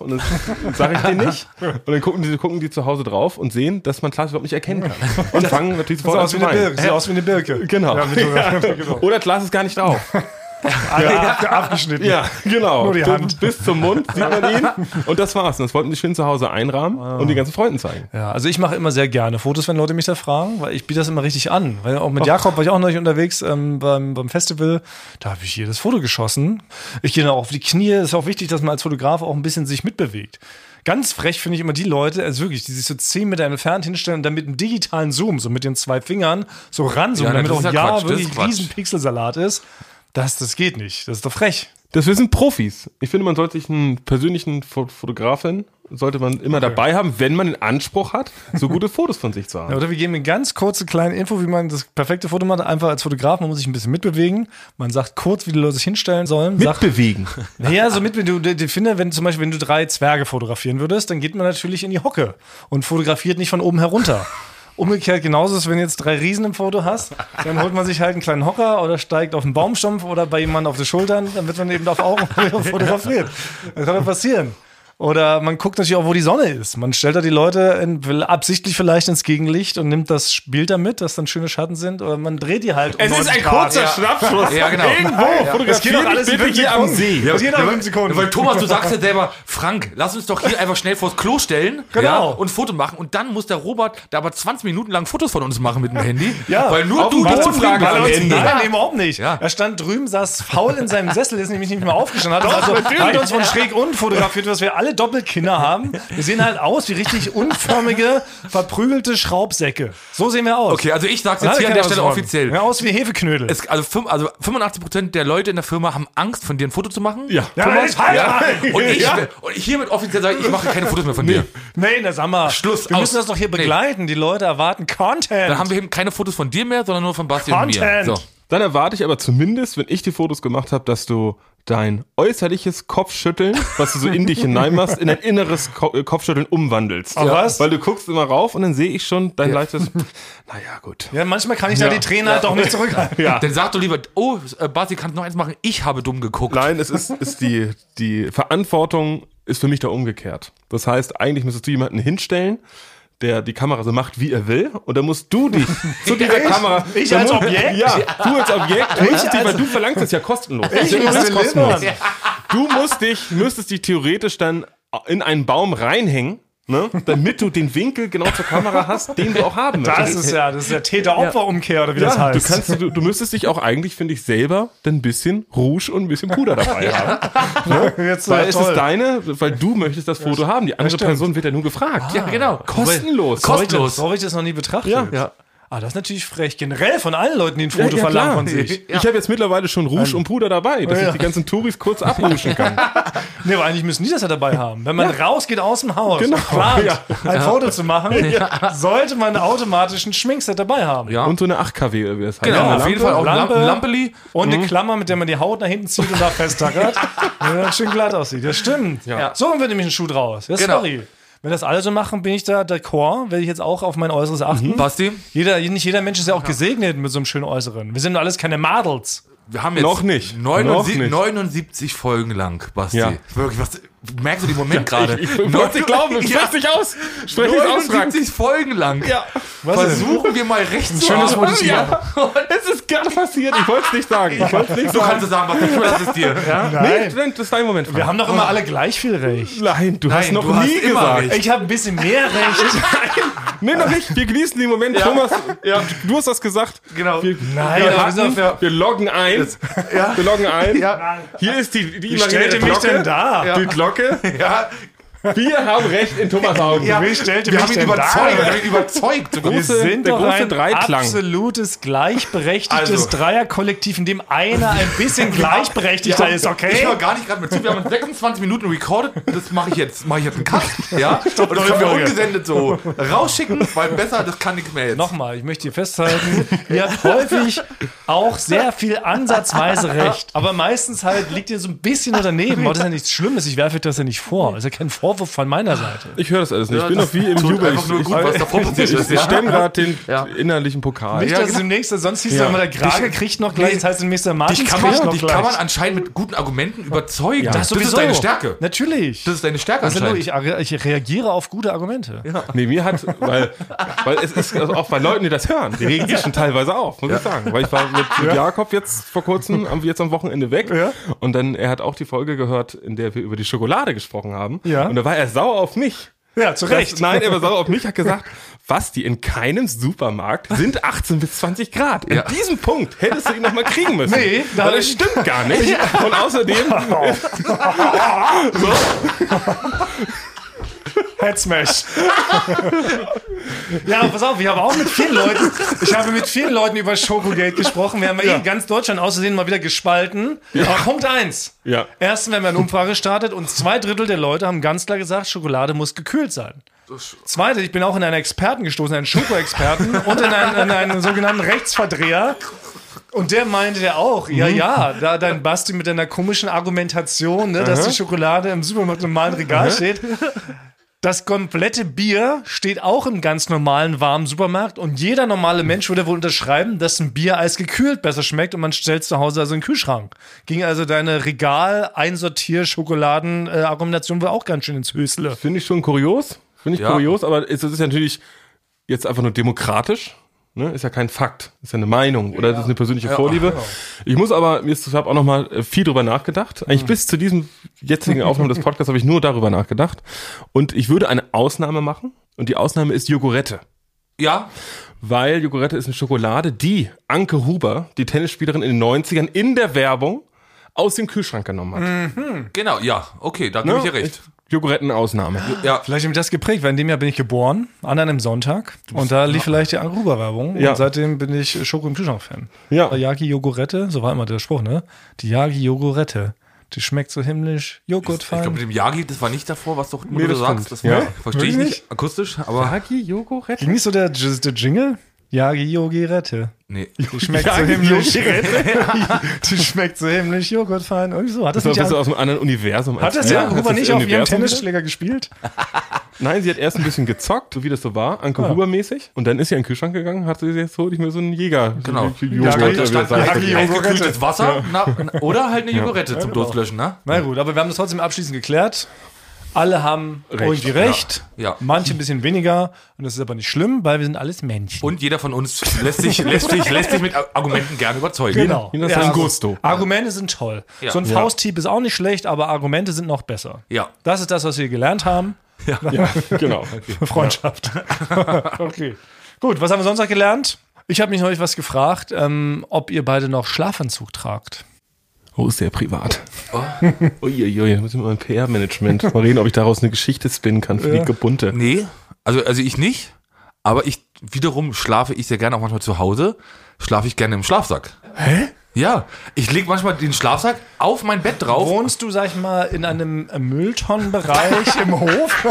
[laughs] und das sage ich denen nicht. Und dann gucken die, gucken die zu Hause drauf und sehen, dass man Klaas überhaupt nicht [laughs] erkennen kann. Und fangen natürlich Sieht sofort an aus, zu wie eine weinen. Birke. Sieht aus wie eine Birke. Genau. Ja, mit so- [laughs] genau. Oder Klaas ist gar nicht drauf. Ab- Abgeschnitten. Ja, genau. Nur die Hand. Bis zum Mund sieht man [laughs] ihn. Und das war's. Und das wollten sie schön zu Hause einrahmen Ah. und den ganzen Freunden zeigen. Ja, also ich mache immer sehr gerne Fotos, wenn Leute mich da fragen, weil ich biete das immer richtig an. Weil auch mit Jakob war ich auch neulich unterwegs ähm, beim, beim Festival. Da habe ich jedes Foto geschossen. Ich gehe dann auch auf die Knie. Ist auch wichtig, dass man als Fotograf auch ein bisschen sich mitbewegt. Ganz frech finde ich immer die Leute, also wirklich, die sich so 10 Meter entfernt hinstellen und dann mit einem digitalen Zoom, so mit den zwei Fingern, so ranzoomen, Ja, damit das auch ist ja, ja Quatsch, das wirklich ist ein Quatsch. riesen Pixelsalat ist. Das, das geht nicht. Das ist doch frech. Das wir sind Profis. Ich finde, man sollte sich einen persönlichen Fo Fotografin sollte man immer dabei haben, wenn man den Anspruch hat, so [laughs] gute Fotos von sich zu haben. Ja, Oder wir geben eine ganz kurze kleine Info, wie man das perfekte Foto macht. Einfach als Fotograf, man muss sich ein bisschen mitbewegen. Man sagt kurz, wie die Leute sich hinstellen sollen. Sagt, Mitbewegen. naja, so mit, du, du- ich finde, wenn zum Beispiel, wenn du drei Zwerge fotografieren würdest, dann geht man natürlich in die Hocke und fotografiert nicht von oben herunter. Umgekehrt genauso ist, wenn du jetzt drei Riesen im Foto hast, dann holt man sich halt einen kleinen Hocker oder steigt auf einen Baumstumpf oder bei jemandem auf die Schultern, dann wird man eben auf Augenhöhe fotografiert. Das kann doch passieren. Oder man guckt natürlich auch, wo die Sonne ist. Man stellt da die Leute in, will absichtlich vielleicht ins Gegenlicht und nimmt das Bild da mit, dass dann schöne Schatten sind. Oder man dreht die halt um 90 Grad. Ja. Schnappschuss. Ja, genau. Irgendwo. Fotografiere doch alles dich bitte in hier am fünf See. Sekunden. Das geht nach fünf Sekunden. Weil Thomas, du sagst ja selber, Frank, lass uns doch hier einfach schnell vors Klo stellen Genau. ja, und Foto machen. Und dann muss der Robert da aber 20 Minuten lang Fotos von uns machen mit dem Handy. weil nur auf du dem Weg bist zum zufrieden Fragen am am Ende. Ende. Nein, eben überhaupt nicht. Ja. Er stand drüben, saß faul in seinem Sessel, ist nämlich nicht mehr aufgestanden. Hat also hat uns von schräg unten fotografiert, was wir alle Doppelkinder haben. Wir sehen halt aus wie richtig unförmige, verprügelte Schraubsäcke. So sehen wir aus. Okay, also ich sag's Nein, jetzt wir hier an kennen der uns Stelle schon. offiziell. Ja, aus wie Hefeknödel. Es, also, fünf, also 85% der Leute in der Firma haben Angst, von dir ein Foto zu machen. Ja. Thomas, halt mal. Und [laughs] ich, und ich hiermit offiziell sage, ich mache keine Fotos mehr von dir. Nein, na sag mal. Schluss, Wir aus. müssen das doch hier Nee. begleiten. Die Leute erwarten Content. Dann haben wir eben keine Fotos von dir mehr, sondern nur von Basti Content. und mir. So. Dann erwarte ich aber zumindest, wenn ich die Fotos gemacht habe, dass du dein äußerliches Kopfschütteln, was du so [laughs] in dich hinein machst, in ein inneres Ko äh, Kopfschütteln umwandelst. Ach, was? Weil du guckst immer rauf und dann sehe ich schon dein [laughs] leichtes. Naja, gut. ja, manchmal kann ich da die Tränen halt auch nicht zurückhalten. Dann sag doch lieber, oh, äh, Basti, kannst du noch eins machen? Ich habe dumm geguckt. Nein, es ist, ist die, die Verantwortung ist für mich da umgekehrt. Das heißt, eigentlich müsstest du jemanden hinstellen, der die Kamera so macht, wie er will, und dann musst [laughs] du dich zu dieser Kamera. Ich dann als musst- Objekt? Ja, du als Objekt musst dich, weil du verlangst es ja kostenlos. Ich Ja, muss das den liefern. Du musst dich, müsstest dich theoretisch dann in einen Baum reinhängen, ne, damit du den Winkel genau zur Kamera hast, den du auch haben Das möchtest. ist ja, das ist ja Täter-Opfer-Umkehr, oder wie das ja, du, heißt. kannst, du, du müsstest dich auch eigentlich, finde ich, selber dann ein bisschen Rouge und ein bisschen Puder dabei haben. [laughs] Ne? Jetzt, Weil ja, es toll. ist deine, weil du möchtest das Foto haben. Die andere stimmt. Person wird ja nur gefragt. Ja, genau. Kostenlos. Kost- Sollte- Kostenlos. So habe ich das noch nie betrachtet. Ja. Ja. Ah, das ist natürlich frech. Generell von allen Leuten, die ein Foto Ja, ja, verlangen klar. von sich. Ich habe jetzt mittlerweile schon Rouge und Puder dabei, dass Ja. ich die ganzen Touris kurz abruschen kann. Nee, aber eigentlich müssen die das ja dabei haben. Wenn man rausgeht aus dem Haus Genau. und plant, Ja. ein Foto zu machen, sollte man automatisch ein Schminkset dabei haben. Ja. Und so eine 8 kW oder äh, wie das heißt. Genau, auf Lampe, jeden Fall auch ein Lampe. Lam- Lampeli. Und Mhm. eine Klammer, mit der man die Haut nach hinten zieht und da [laughs] festtackert, damit das schön glatt aussieht. Das stimmt. Ja. So wird nämlich ein Schuh draus. Ja, Genau. sorry. Wenn das alle so machen, bin ich da d'accord, werde ich jetzt auch auf mein Mhm. Äußeres achten. Basti? Jeder, nicht jeder Mensch ist ja auch gesegnet mit so einem schönen Äußeren. Wir sind nur alles keine Madels. Wir haben jetzt Noch nicht. 79, Noch nicht. 79 Folgen lang, Basti. Ja. Wirklich, was, merkst du den [laughs] Moment gerade? Ich, ich wollte es glauben, ich ja, spreche dich aus. Sprech dich aus, Frank. 79 Folgen lang. Ja. Versuchen wir mal recht zu schönes haben. Motiv. ja. [laughs] Es ist gerade passiert, ich wollte es nicht sagen. Ich wollte es nicht Du sagen. kannst es sagen, was ich will, das ist dir. Ah, Ja? Nee, Trent, das ist dein Moment. Frank. Wir haben doch immer alle gleich viel Recht. Nein, du hast Nein, noch du nie hast immer gesagt. recht. Ah. Ich habe ein bisschen [laughs] mehr Recht. Nee, noch nicht. Wir genießen den Moment. Thomas, ja, du hast das gesagt. Genau. Wir, Nein, wir, aber wir hatten, sind auf der- wir loggen ein. Wir loggen ein. Hier ist die, die Wie stellte mich denn da? Die Glocke. [laughs] Ja, Wir haben recht in Thomas Augen. Ja. Wie stellte wir mich haben ihn denn überzeugt. Wir da? haben ihn überzeugt. Wir große- sind der doch große ein Dreiklang. absolutes gleichberechtigtes Also. Dreierkollektiv, in dem einer ein [laughs] bisschen gleichberechtigter ist, Ich okay? höre gar nicht gerade mit zu. Wir haben 26 Minuten recorded. Das mache ich jetzt. Mache ich jetzt einen Cut. Ja? Und das können wir Folge. ungesendet so rausschicken, weil besser, das kann nichts mehr jetzt. Nochmal, ich möchte hier festhalten, ihr habt häufig auch sehr viel ansatzweise recht. Aber meistens halt liegt ihr so ein bisschen daneben. Aber das ist ja nichts Schlimmes, ich werfe euch das ja nicht vor. Das ist ja kein Vorwurf von meiner Seite. Ich höre das alles nicht. Ich Ja, bin das noch wie im tut Jubel. einfach Ich, nur ich, gut, was davor passiert ich, ist, ja. stemme gerade den Ja. innerlichen Pokal. Nicht, Ja, dass genau. im nächsten, sonst hieß es Ja. immer, der Grage kriegt noch gleich, das heißt, im nächsten Martins Dich kann kriegt man, noch dich gleich. kann man anscheinend mit guten Argumenten überzeugen. das, sowieso. Ne? ist deine Stärke. Natürlich. Das ist deine Stärke Also nur, anscheinend. ich, ar- ich reagiere auf gute Argumente. Nee, mir hat, weil, weil es ist also auch bei Leuten, die das hören, die regen sich schon teilweise auf, muss ich sagen. Weil ich war mit Jakob jetzt vor kurzem, am- jetzt am Wochenende weg. Und dann, er hat auch die Folge gehört, in der wir über die Schokolade gesprochen haben. Ja. Und da war er sauer auf mich. Ja, zu Das, nein, er war sauer auf mich, hat gesagt, was, die in keinem Supermarkt sind 18 bis 20 Grad. An Ja. diesem Punkt hättest du ihn nochmal kriegen müssen. Nee, da- weil das stimmt gar nicht. Und außerdem, Head Smash. ja, pass auf, ich habe auch mit vielen Leuten, ich habe mit vielen Leuten über Schokogate gesprochen. Wir haben ja. eh ganz Deutschland außerdem mal wieder gespalten. Aber Punkt eins. Ja. Erstens, wenn man eine Umfrage startet und zwei Drittel der Leute haben ganz klar gesagt, Schokolade muss gekühlt sein. Zweitens, ich bin auch in einen Experten gestoßen, einen [laughs] Schoko-Experten und in einen, in einen sogenannten Rechtsverdreher. Und der meinte ja auch, ja, ja, da dein Basti mit deiner komischen Argumentation, ne, dass die Schokolade im Supermarkt im normalen Regal steht. Das komplette Bier steht auch im ganz normalen warmen Supermarkt und jeder normale Mensch würde wohl unterschreiben, dass ein Bier als gekühlt besser schmeckt und man stellt es zu Hause also in den Kühlschrank. Ging also deine Regal-Einsortier-Schokoladen-Argumentation wohl auch ganz schön ins Hösle. Finde ich schon kurios. Finde ich Ja. kurios, aber es, es ist ja natürlich jetzt einfach nur demokratisch. Ne? Ist ja kein Fakt. Ist ja eine Meinung oder das ist eine persönliche Vorliebe. Ich muss aber, mir ist- ich habe auch noch mal äh, viel drüber nachgedacht. Eigentlich bis zu diesem jetzigen Aufnahme des Podcasts habe ich nur darüber nachgedacht. Und ich würde eine Ausnahme machen. Und die Ausnahme ist Jogurette. Ja, Weil Jogurette ist eine Schokolade, die Anke Huber, die Tennisspielerin in den 90ern, in der Werbung aus dem Kühlschrank genommen hat. Mhm. genau, ja, okay, da Ne? gebe ich dir recht. Jogurettenausnahme. Ja, Vielleicht hat mich das geprägt, weil in dem Jahr bin ich geboren, an einem Sonntag. Und da lief vielleicht die Aruba-Werbung. Ja. Und seitdem bin ich Schoko im Kühlschrank-Fan. Ja. Aber Yagi Jogurette, so war immer der Spruch, ne? Die Yagi Jogurette. Die schmeckt so himmlisch, Joghurt Ich glaube, fein. mit dem Yagi, das war nicht davor, was doch immer Nee, du das sagst. stimmt. Das war, Ja. verstehe ich nicht akustisch, aber Hagi Jogurette? Ging nicht so der, J- der Jingle? Yagi Jogurette. nee. Die schmeckt so Yagi himmlisch. [laughs] die schmeckt so himmlisch, Joghurt fein. Irgendwie so. Hat das, So, nicht bist du an, aus einem anderen Universum. hat das Ja, ja, Huber das nicht auf ihrem Universum wieder? Tennisschläger gespielt? Nein, sie hat erst ein bisschen gezockt, so wie das so war, Anke Huber-mäßig. Und dann ist sie in den Kühlschrank gegangen, hat sie jetzt hol ich mir so einen Jäger. Genau. So, Da stand, Joghurt, oder da wie das stand heißt. ein eisgekühltes Wasser na, na, oder halt eine Jogurette zum genau. Durstlöschen, ne? Na gut, aber wir haben das trotzdem abschließend geklärt. Alle haben irgendwie recht, Ja. manche ein bisschen weniger. Und das ist aber nicht schlimm, weil wir sind alles Menschen. Und jeder von uns lässt sich, lässt sich, lässt sich mit Ar- Argumenten gerne überzeugen. genau. Jeder sein Gusto. Argumente sind toll. Ja. So ein Ja. Fausthieb ist auch nicht schlecht, aber Argumente sind noch besser. Ja. Das ist das, was wir gelernt haben. [laughs] Genau. Freundschaft. [laughs] okay. Gut, was haben wir sonst noch gelernt? Ich habe mich neulich was gefragt, ähm, ob ihr beide noch Schlafanzug tragt. Oh, ist der privat. Oh. Uiuiui, da muss ich mit meinem PR-Management mal reden, ob ich daraus eine Geschichte spinnen kann für die Gebunte. Nee, also, also ich nicht, aber ich wiederum schlafe ich sehr gerne auch manchmal zu Hause, schlafe ich gerne im Schlafsack. Hä? Ja, ich lege manchmal den Schlafsack auf mein Bett drauf. Wohnst du, sag ich mal, in einem äh, Mülltonnenbereich im Hof?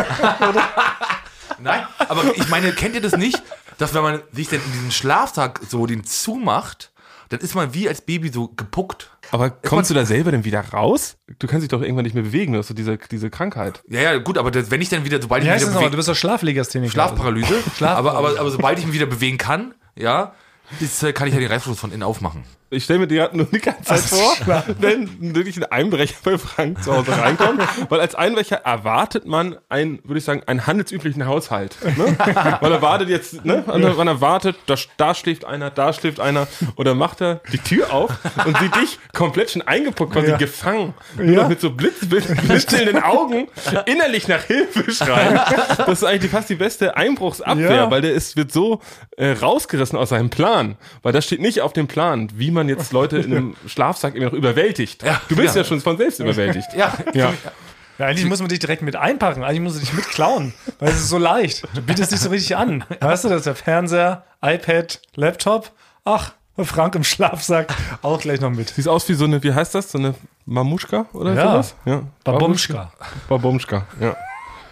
Nein, aber ich meine, kennt ihr das nicht, dass wenn man sich dann in diesen Schlafsack so den zumacht, dann ist man wie als Baby so gepuckt. Aber kommst du da selber denn wieder raus? Du kannst dich doch irgendwann nicht mehr bewegen, du hast so diese, diese Krankheit. Ja, ja, gut, aber das, wenn ich dann wieder, [laughs] sobald Wie ich heißt mich das nochmal? wieder bewege, Du bist doch Schlaflegastheniker. Schlafparalyse, [laughs] Schlafparalyse. Aber, aber, aber sobald ich mich wieder bewegen kann, ja, ist, äh, kann ich ja den Reißverschluss von innen aufmachen. Ich stelle mir die gerade nur die ganze Zeit vor, wenn wirklich ein Einbrecher bei Frank zu Hause reinkommt. Weil als Einbrecher erwartet man einen, würde ich sagen, einen handelsüblichen Haushalt. Ne? Weil er wartet jetzt, ne? Und man erwartet, da, da schläft einer, da schläft einer. Oder macht er die Tür auf und sieht dich komplett schon eingepuckt, quasi Ja. gefangen. Nur noch mit so Blitz, blitzenden Augen innerlich nach Hilfe schreien. Das ist eigentlich fast die beste Einbruchsabwehr, Ja. weil der ist, wird so äh, rausgerissen aus seinem Plan. Weil das steht nicht auf dem Plan, wie man jetzt Leute in [laughs] einem Schlafsack immer noch überwältigt. du bist ja. schon von selbst überwältigt. Ja, Ja. Ja, eigentlich muss man dich direkt mit einpacken. Eigentlich musst du dich mitklauen, weil es ist so leicht. Du bietest dich so richtig an. Weißt du, das ist der Fernseher, iPad, Laptop. Ach, Frank im Schlafsack auch gleich noch mit. Sieht aus wie so eine, wie heißt das? So eine Mamuschka oder Ja. sowas? Ja. Babumschka. Babumschka, ja.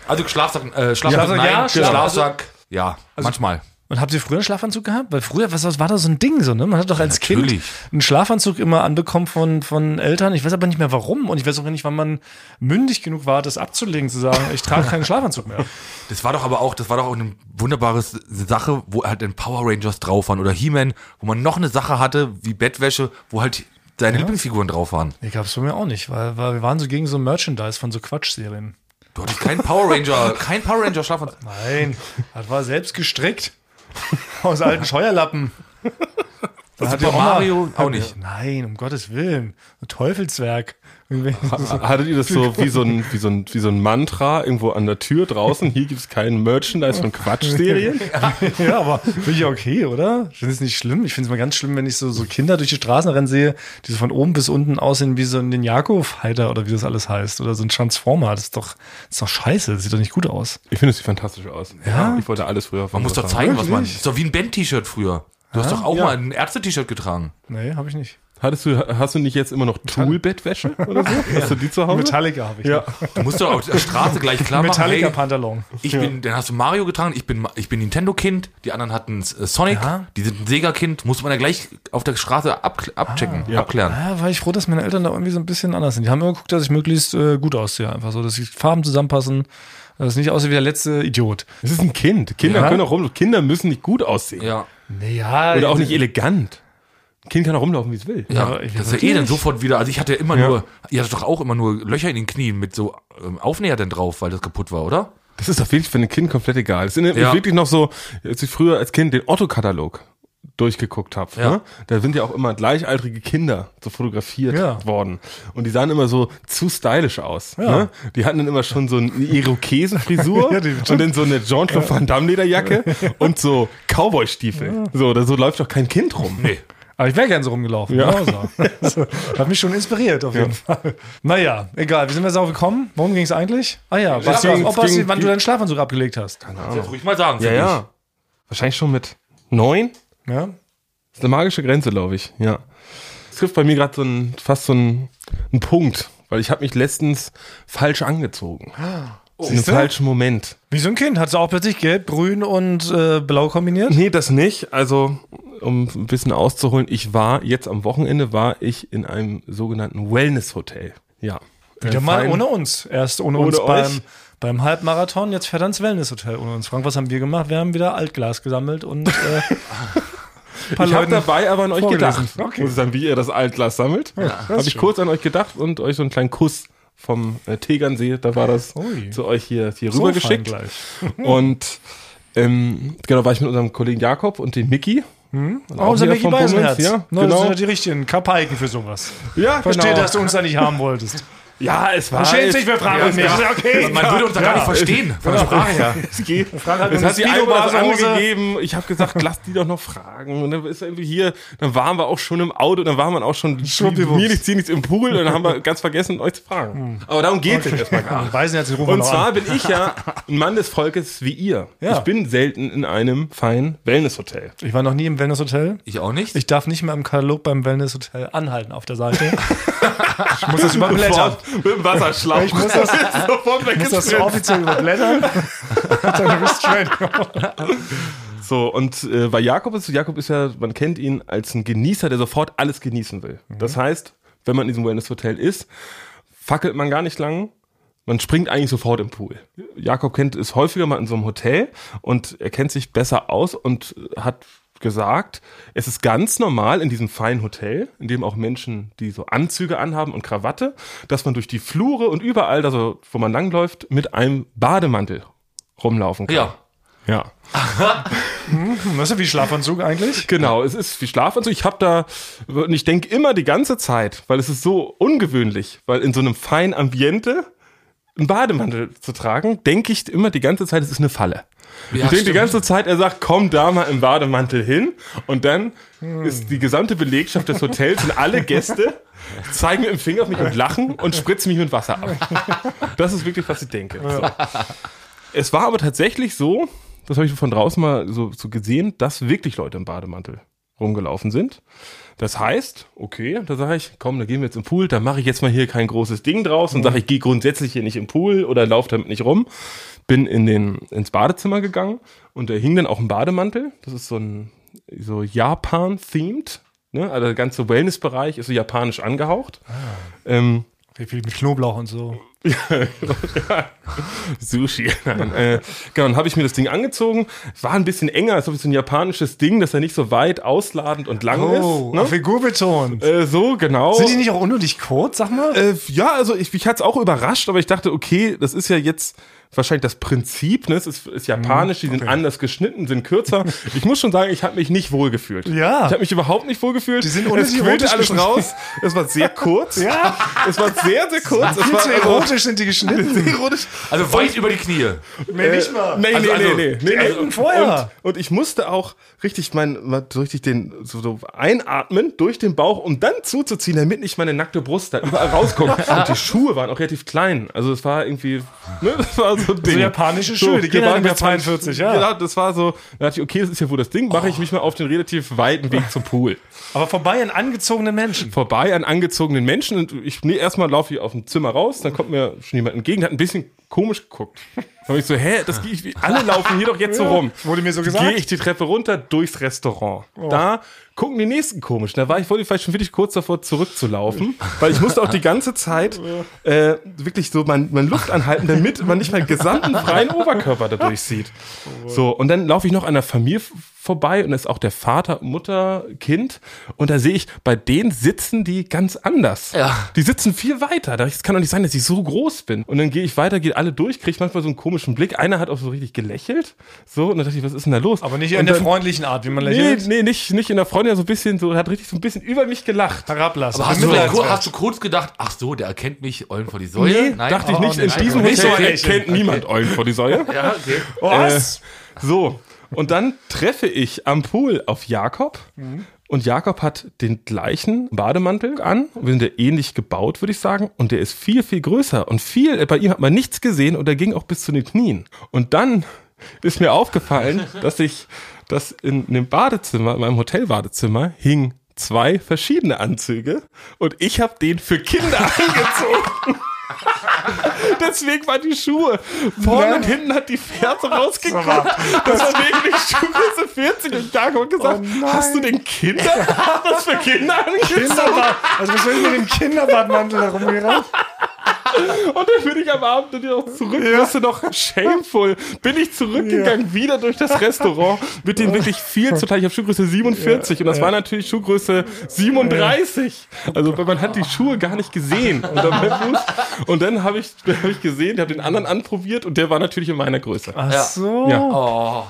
Also Schlafsack, äh, Schlafsack, Schlafsack, nein, ja, Schlaf- also- Schlafsack, ja, manchmal. Und habt ihr früher einen Schlafanzug gehabt? Weil früher, was was war da so ein Ding so, ne? Man hat doch als Kind Natürlich. einen Schlafanzug immer anbekommen von, von Eltern. Ich weiß aber nicht mehr warum und ich weiß auch nicht, wann man mündig genug war, das abzulegen, zu sagen, ich trage keinen Schlafanzug mehr. Das war doch aber auch, das war doch auch eine wunderbare S- Sache, wo halt in Power Rangers drauf waren oder He-Man, wo man noch eine Sache hatte, wie Bettwäsche, wo halt deine Lieblingsfiguren drauf waren. [laughs] Nee, gab's bei mir auch nicht, weil, weil wir waren so gegen so Merchandise von so Quatschserien. Du hattest keinen [laughs] Power Ranger, kein Power Ranger Schlafanzug. Nein, das war selbst gestrickt. Aus alten Scheuerlappen. Da hat Super Mario auch nicht. Nein, um Gottes Willen. Ein Teufelswerk. Hattet ihr das so wie so ein, wie so ein, wie so ein Mantra irgendwo an der Tür draußen? Hier gibt es keinen Merchandise von Quatschserien. [laughs] ja, aber finde ich okay, oder? Ich finde es nicht schlimm. Ich finde es mal ganz schlimm, wenn ich so, so Kinder durch die Straßen rennen sehe, die so von oben bis unten aussehen wie so ein Ninjago-Fighter oder wie das alles heißt. Oder so ein Transformer. Das ist doch, das ist doch scheiße. Das sieht doch nicht gut aus. Ich finde, es sieht fantastisch aus. Ja. Ich wollte alles früher Man muss doch zeigen, was man. Ist doch wie ein Band-T-Shirt früher. Du hast doch auch Ja. mal ein Ärzte-T-Shirt getragen. Nee, habe ich nicht. Hattest du, hast du nicht jetzt immer noch Tool-Bettwäsche oder [laughs] so? Hast du die zu Hause? Metallica habe ich. Ja. Du musst doch auf der Straße gleich klar machen, Metallica hey, Pantalon. ich bin, dann hast du Mario getragen, ich bin, Ma- ich bin Nintendo-Kind, die anderen hatten äh, Sonic, Ja. die sind ein Sega-Kind, muss man ja gleich auf der Straße ab, abchecken, abklären. Ah. Ja, war ich froh, dass meine Eltern da irgendwie so ein bisschen anders sind. Die haben immer geguckt, dass ich möglichst äh, gut aussehe. Einfach so, dass die Farben zusammenpassen, dass ich nicht aussehe wie der letzte Idiot. Es ist ein Kind. Kinder Ja. können auch rumlaufen. Kinder müssen nicht gut aussehen. Ja. Naja, Oder auch nicht elegant. Ein Kind kann auch rumlaufen, wie es will. Ja, Ja, ich- das ist ja eh dann natürlich. sofort wieder. Also ich hatte ja immer Ja. nur, ihr hattet doch auch immer nur Löcher in den Knien mit so ähm, Aufnäher dann drauf, weil das kaputt war, oder? Das ist doch wirklich für ein Kind komplett egal. Das erinnert Ja. mich wirklich noch so, als ich früher als Kind den Otto-Katalog durchgeguckt habe. Ja. Ne? Da sind ja auch immer gleichaltrige Kinder so fotografiert Ja. worden. Und die sahen immer so zu stylisch aus. Ne? Die hatten dann immer schon so eine [laughs] Irokesenfrisur Ja, die- und dann so eine Jean-Claude Van Damme-Lederjacke und so Cowboy-Stiefel. So, da so läuft doch kein Kind rum. Nee. Aber ich wäre gern so rumgelaufen. Ja. Genau [laughs] so. Also, hat mich schon inspiriert, auf jeden Fall. Naja, egal. Wie sind wir jetzt auch gekommen? Worum ging es eigentlich? Ah ja, was, ging- ob, was, ging- wann du deinen Schlafanzug abgelegt hast. Das darf ruhig mal sagen. Ah. Ja, finde ja. Wahrscheinlich schon mit neun. Ja? ist eine magische Grenze, glaube ich. Ja. Es trifft bei mir gerade so ein, fast so ein, einen Punkt, weil ich habe mich letztens falsch angezogen. Oh, Im Siehste? falschen Moment. Wie so ein Kind. Hat sie auch plötzlich gelb, grün und äh, blau kombiniert? Nee, das nicht. Also, um ein bisschen auszuholen, ich war jetzt am Wochenende war ich in einem sogenannten Wellness-Hotel. Ja. Wieder Äh, mal fein. ohne uns. Erst ohne, Ohne uns beim, euch. beim Halbmarathon, jetzt fährt er ins Wellnesshotel ohne uns. Frank, was haben wir gemacht? Wir haben wieder Altglas gesammelt [laughs] und äh, ein paar Ich habe Leuten- dabei aber an euch vorgelesen. gedacht. Okay. Muss ich sagen, wie ihr das Altglas sammelt. habe ich kurz an euch gedacht und euch so einen kleinen Kuss vom äh, Tegernsee, da war das Ui. zu euch hier, hier So rübergeschickt. fein gleich. Und ähm, genau, war ich mit unserem Kollegen Jakob und dem Mickey. Und Oh, auch unser wieder Mickey vom Beisenherz. Bummens, Ja, Ja, Das sind genau. ja die richtigen Kapaiken für sowas. ja, Verstehe, genau. dass du uns da nicht haben wolltest. Ja, es war. Du schämst dich es, für Frank und mich. Ist okay. Ich. Man würde uns da gar nicht verstehen. Von der Sprache [laughs] her. es geht. Frank hat Es mir hat die eine eine oder das andere Speedo-Badehose. gegeben. Ich habe gesagt, lass die doch noch fragen. Und dann ist er irgendwie hier. Dann waren wir auch schon im Auto. Dann waren wir auch schon Schwuppdiwupps. mir nichts, dir nichts im Pool. Und dann haben wir ganz vergessen, euch zu Hm. fragen. Aber darum geht es jetzt erstmal gar nicht. Beisenherz, den rufen wir Und noch zwar an. bin ich ja ein Mann des Volkes wie ihr. Ja. Ich bin selten in einem feinen Wellnesshotel. Ich war noch nie im Wellnesshotel. Ich auch nicht. Ich darf nicht mehr im Katalog beim Wellnesshotel anhalten auf der [laughs] Seite. ich muss das überblättern. Sofort Mit dem Wasserschlauch. Ich muss das- [laughs] sofort Ich muss das so weggespritzt. offiziell überblättern. [laughs] Hm, Dann bist du straight. So, und äh, bei Jakob ist, Jakob ist ja, man kennt ihn als ein Genießer, der sofort alles genießen will. Das heißt, wenn man in diesem Wellness-Hotel ist, fackelt man gar nicht lang. Man springt eigentlich sofort im Pool. Jakob kennt ist häufiger mal in so einem Hotel und er kennt sich besser aus und hat gesagt, es ist ganz normal in diesem feinen Hotel, in dem auch Menschen, die so Anzüge anhaben und Krawatte, dass man durch die Flure und überall, also wo man langläuft, mit einem Bademantel rumlaufen kann. Ja. Ja. Weißt du, wie Schlafanzug eigentlich? Genau, es ist wie Schlafanzug. Ich habe da, und ich denke immer die ganze Zeit, weil es ist so ungewöhnlich, weil in so einem feinen Ambiente einen Bademantel zu tragen, denke ich immer die ganze Zeit, es ist eine Falle. ich denke die stimmt. ganze Zeit, er sagt, komm da mal im Bademantel hin und dann ist die gesamte Belegschaft des Hotels und alle Gäste zeigen mit dem Finger auf mich und lachen und spritzen mich mit Wasser ab. Das ist wirklich, was ich denke. So. Es war aber tatsächlich so, das habe ich von draußen mal so, so gesehen, dass wirklich Leute im Bademantel rumgelaufen sind. Das heißt, okay, da sage ich, komm, da gehen wir jetzt im Pool, da mache ich jetzt mal hier kein großes Ding draus und sage, ich gehe grundsätzlich hier nicht im Pool oder laufe damit nicht rum. Bin in den, ins Badezimmer gegangen und da hing dann auch ein Bademantel. Das ist so ein so Japan-themed. Ne? Also der ganze Wellness-Bereich ist so japanisch angehaucht. Ähm, Wie viel mit Knoblauch und so. Sushi. [laughs] Nein, äh, genau, dann habe ich mir das Ding angezogen. War ein bisschen enger, als ob es so ein japanisches Ding, dass er nicht so weit ausladend und lang Oh, ist. Ne? Figur betont. Äh, so, genau. Sind die nicht auch unnötig kurz, sag mal? äh, ja, also ich, mich hat's auch überrascht, aber ich dachte, okay, das ist ja jetzt wahrscheinlich das Prinzip, ne? Es ist, ist japanisch, die sind anders geschnitten, sind kürzer. ich muss schon sagen, ich habe mich nicht wohlgefühlt. Ja. Ich habe mich überhaupt nicht wohlgefühlt. Die sind es unnötig quillte erotisch alles geschnitten. raus. Es war sehr [laughs] kurz. Ja. Es war sehr, sehr kurz. Es Viel war zu erotisch sind die [laughs] geschnitten. erotisch. Also weit über die Knie. Mehr nicht mal. Nee, Also- nee, also- nee, nee, nee. Enden vorher. Und, und ich musste auch richtig mein, so richtig den, so, so einatmen durch den Bauch, um dann zuzuziehen, damit nicht meine nackte Brust da [laughs] überall rauskommt. und die Schuhe waren auch relativ klein. Also es war irgendwie, ne, [laughs] das war so ein Ding. japanische Schuhe, die gehen halt mit 42, ja. Oh. Genau, das war so, da dachte ich, okay, das ist ja wohl das Ding, mache ich mich mal auf den relativ weiten Weg zum Pool Aber vorbei an angezogenen Menschen. vorbei an angezogenen Menschen und ich nee, erstmal laufe ich auf dem Zimmer raus, dann kommt mir schon jemand entgegen, der hat ein bisschen komisch geguckt. Dann habe ich so, hä, das gehe ich, wie- alle laufen hier doch jetzt so rum. wurde mir so gesagt. Gehe ich die Treppe runter durchs Restaurant. Da gucken die nächsten komisch. Da war ich wohl vielleicht schon wirklich kurz davor zurückzulaufen, weil ich musste auch die ganze Zeit äh, wirklich so mein, mein Luft anhalten, damit man nicht meinen gesamten freien Oberkörper dadurch sieht. So, und dann laufe ich noch an der Familie f- vorbei und da ist auch der Vater, Mutter, Kind. Und da sehe ich, bei denen sitzen die ganz anders. Ja. Die sitzen viel weiter. Da- Es kann doch nicht sein, dass ich so groß bin. Und dann gehe ich weiter, gehe alle durch, kriege manchmal so einen komischen Blick. Einer hat auch so richtig gelächelt. So, und dann dachte ich, was ist denn da los? Aber nicht und in der dann- freundlichen Art, wie man Nee, lächelt. nee, nicht, nicht in der Freundin, so ein bisschen, so, hat richtig so ein bisschen über mich gelacht. Herablassen. Aber hast du, Mitleid- kur- hast du kurz gedacht, ach so, der erkennt mich, Eulen vor die Säule? Nee, dachte ich oh, nicht, in nein. diesem Nicht so Hotel ein kennt niemand Eulen vor [laughs] die Säule. Ja, okay. Was? So, und dann treffe ich am Pool auf Jakob. Und Jakob hat den gleichen Bademantel an. Wir sind ja ähnlich gebaut, würde ich sagen. Und der ist viel, viel größer. Und viel, bei ihm hat man nichts gesehen und er ging auch bis zu den Knien. Und dann ist mir aufgefallen, dass ich, dass in dem Badezimmer, in meinem Hotelbadezimmer, hing zwei verschiedene Anzüge und ich habe den für Kinder [laughs] angezogen. Deswegen waren die Schuhe. Vorne und hinten hat die Ferse rausgekommen. Das war wirklich Schuhgröße 40 und Jakob hat gesagt, hast du den Kindern [laughs] das für Kinder angezogen? Kinderbad. Also was will ich mit dem Kinderbadmantel herumgerannt? Und dann bin ich am Abend dann auch zurück. Ja. Das ist noch shameful. Bin ich zurückgegangen, wieder durch das Restaurant mit den wirklich viel zu teilen. Ich habe Schuhgröße 47 und das war natürlich Schuhgröße 37. Also weil man hat die Schuhe gar nicht gesehen. unter meinem Fuß. Und dann habe ich, dann hab ich gesehen, habe den anderen anprobiert und der war natürlich in meiner Größe. Ach Ja. so. Ja. Oh,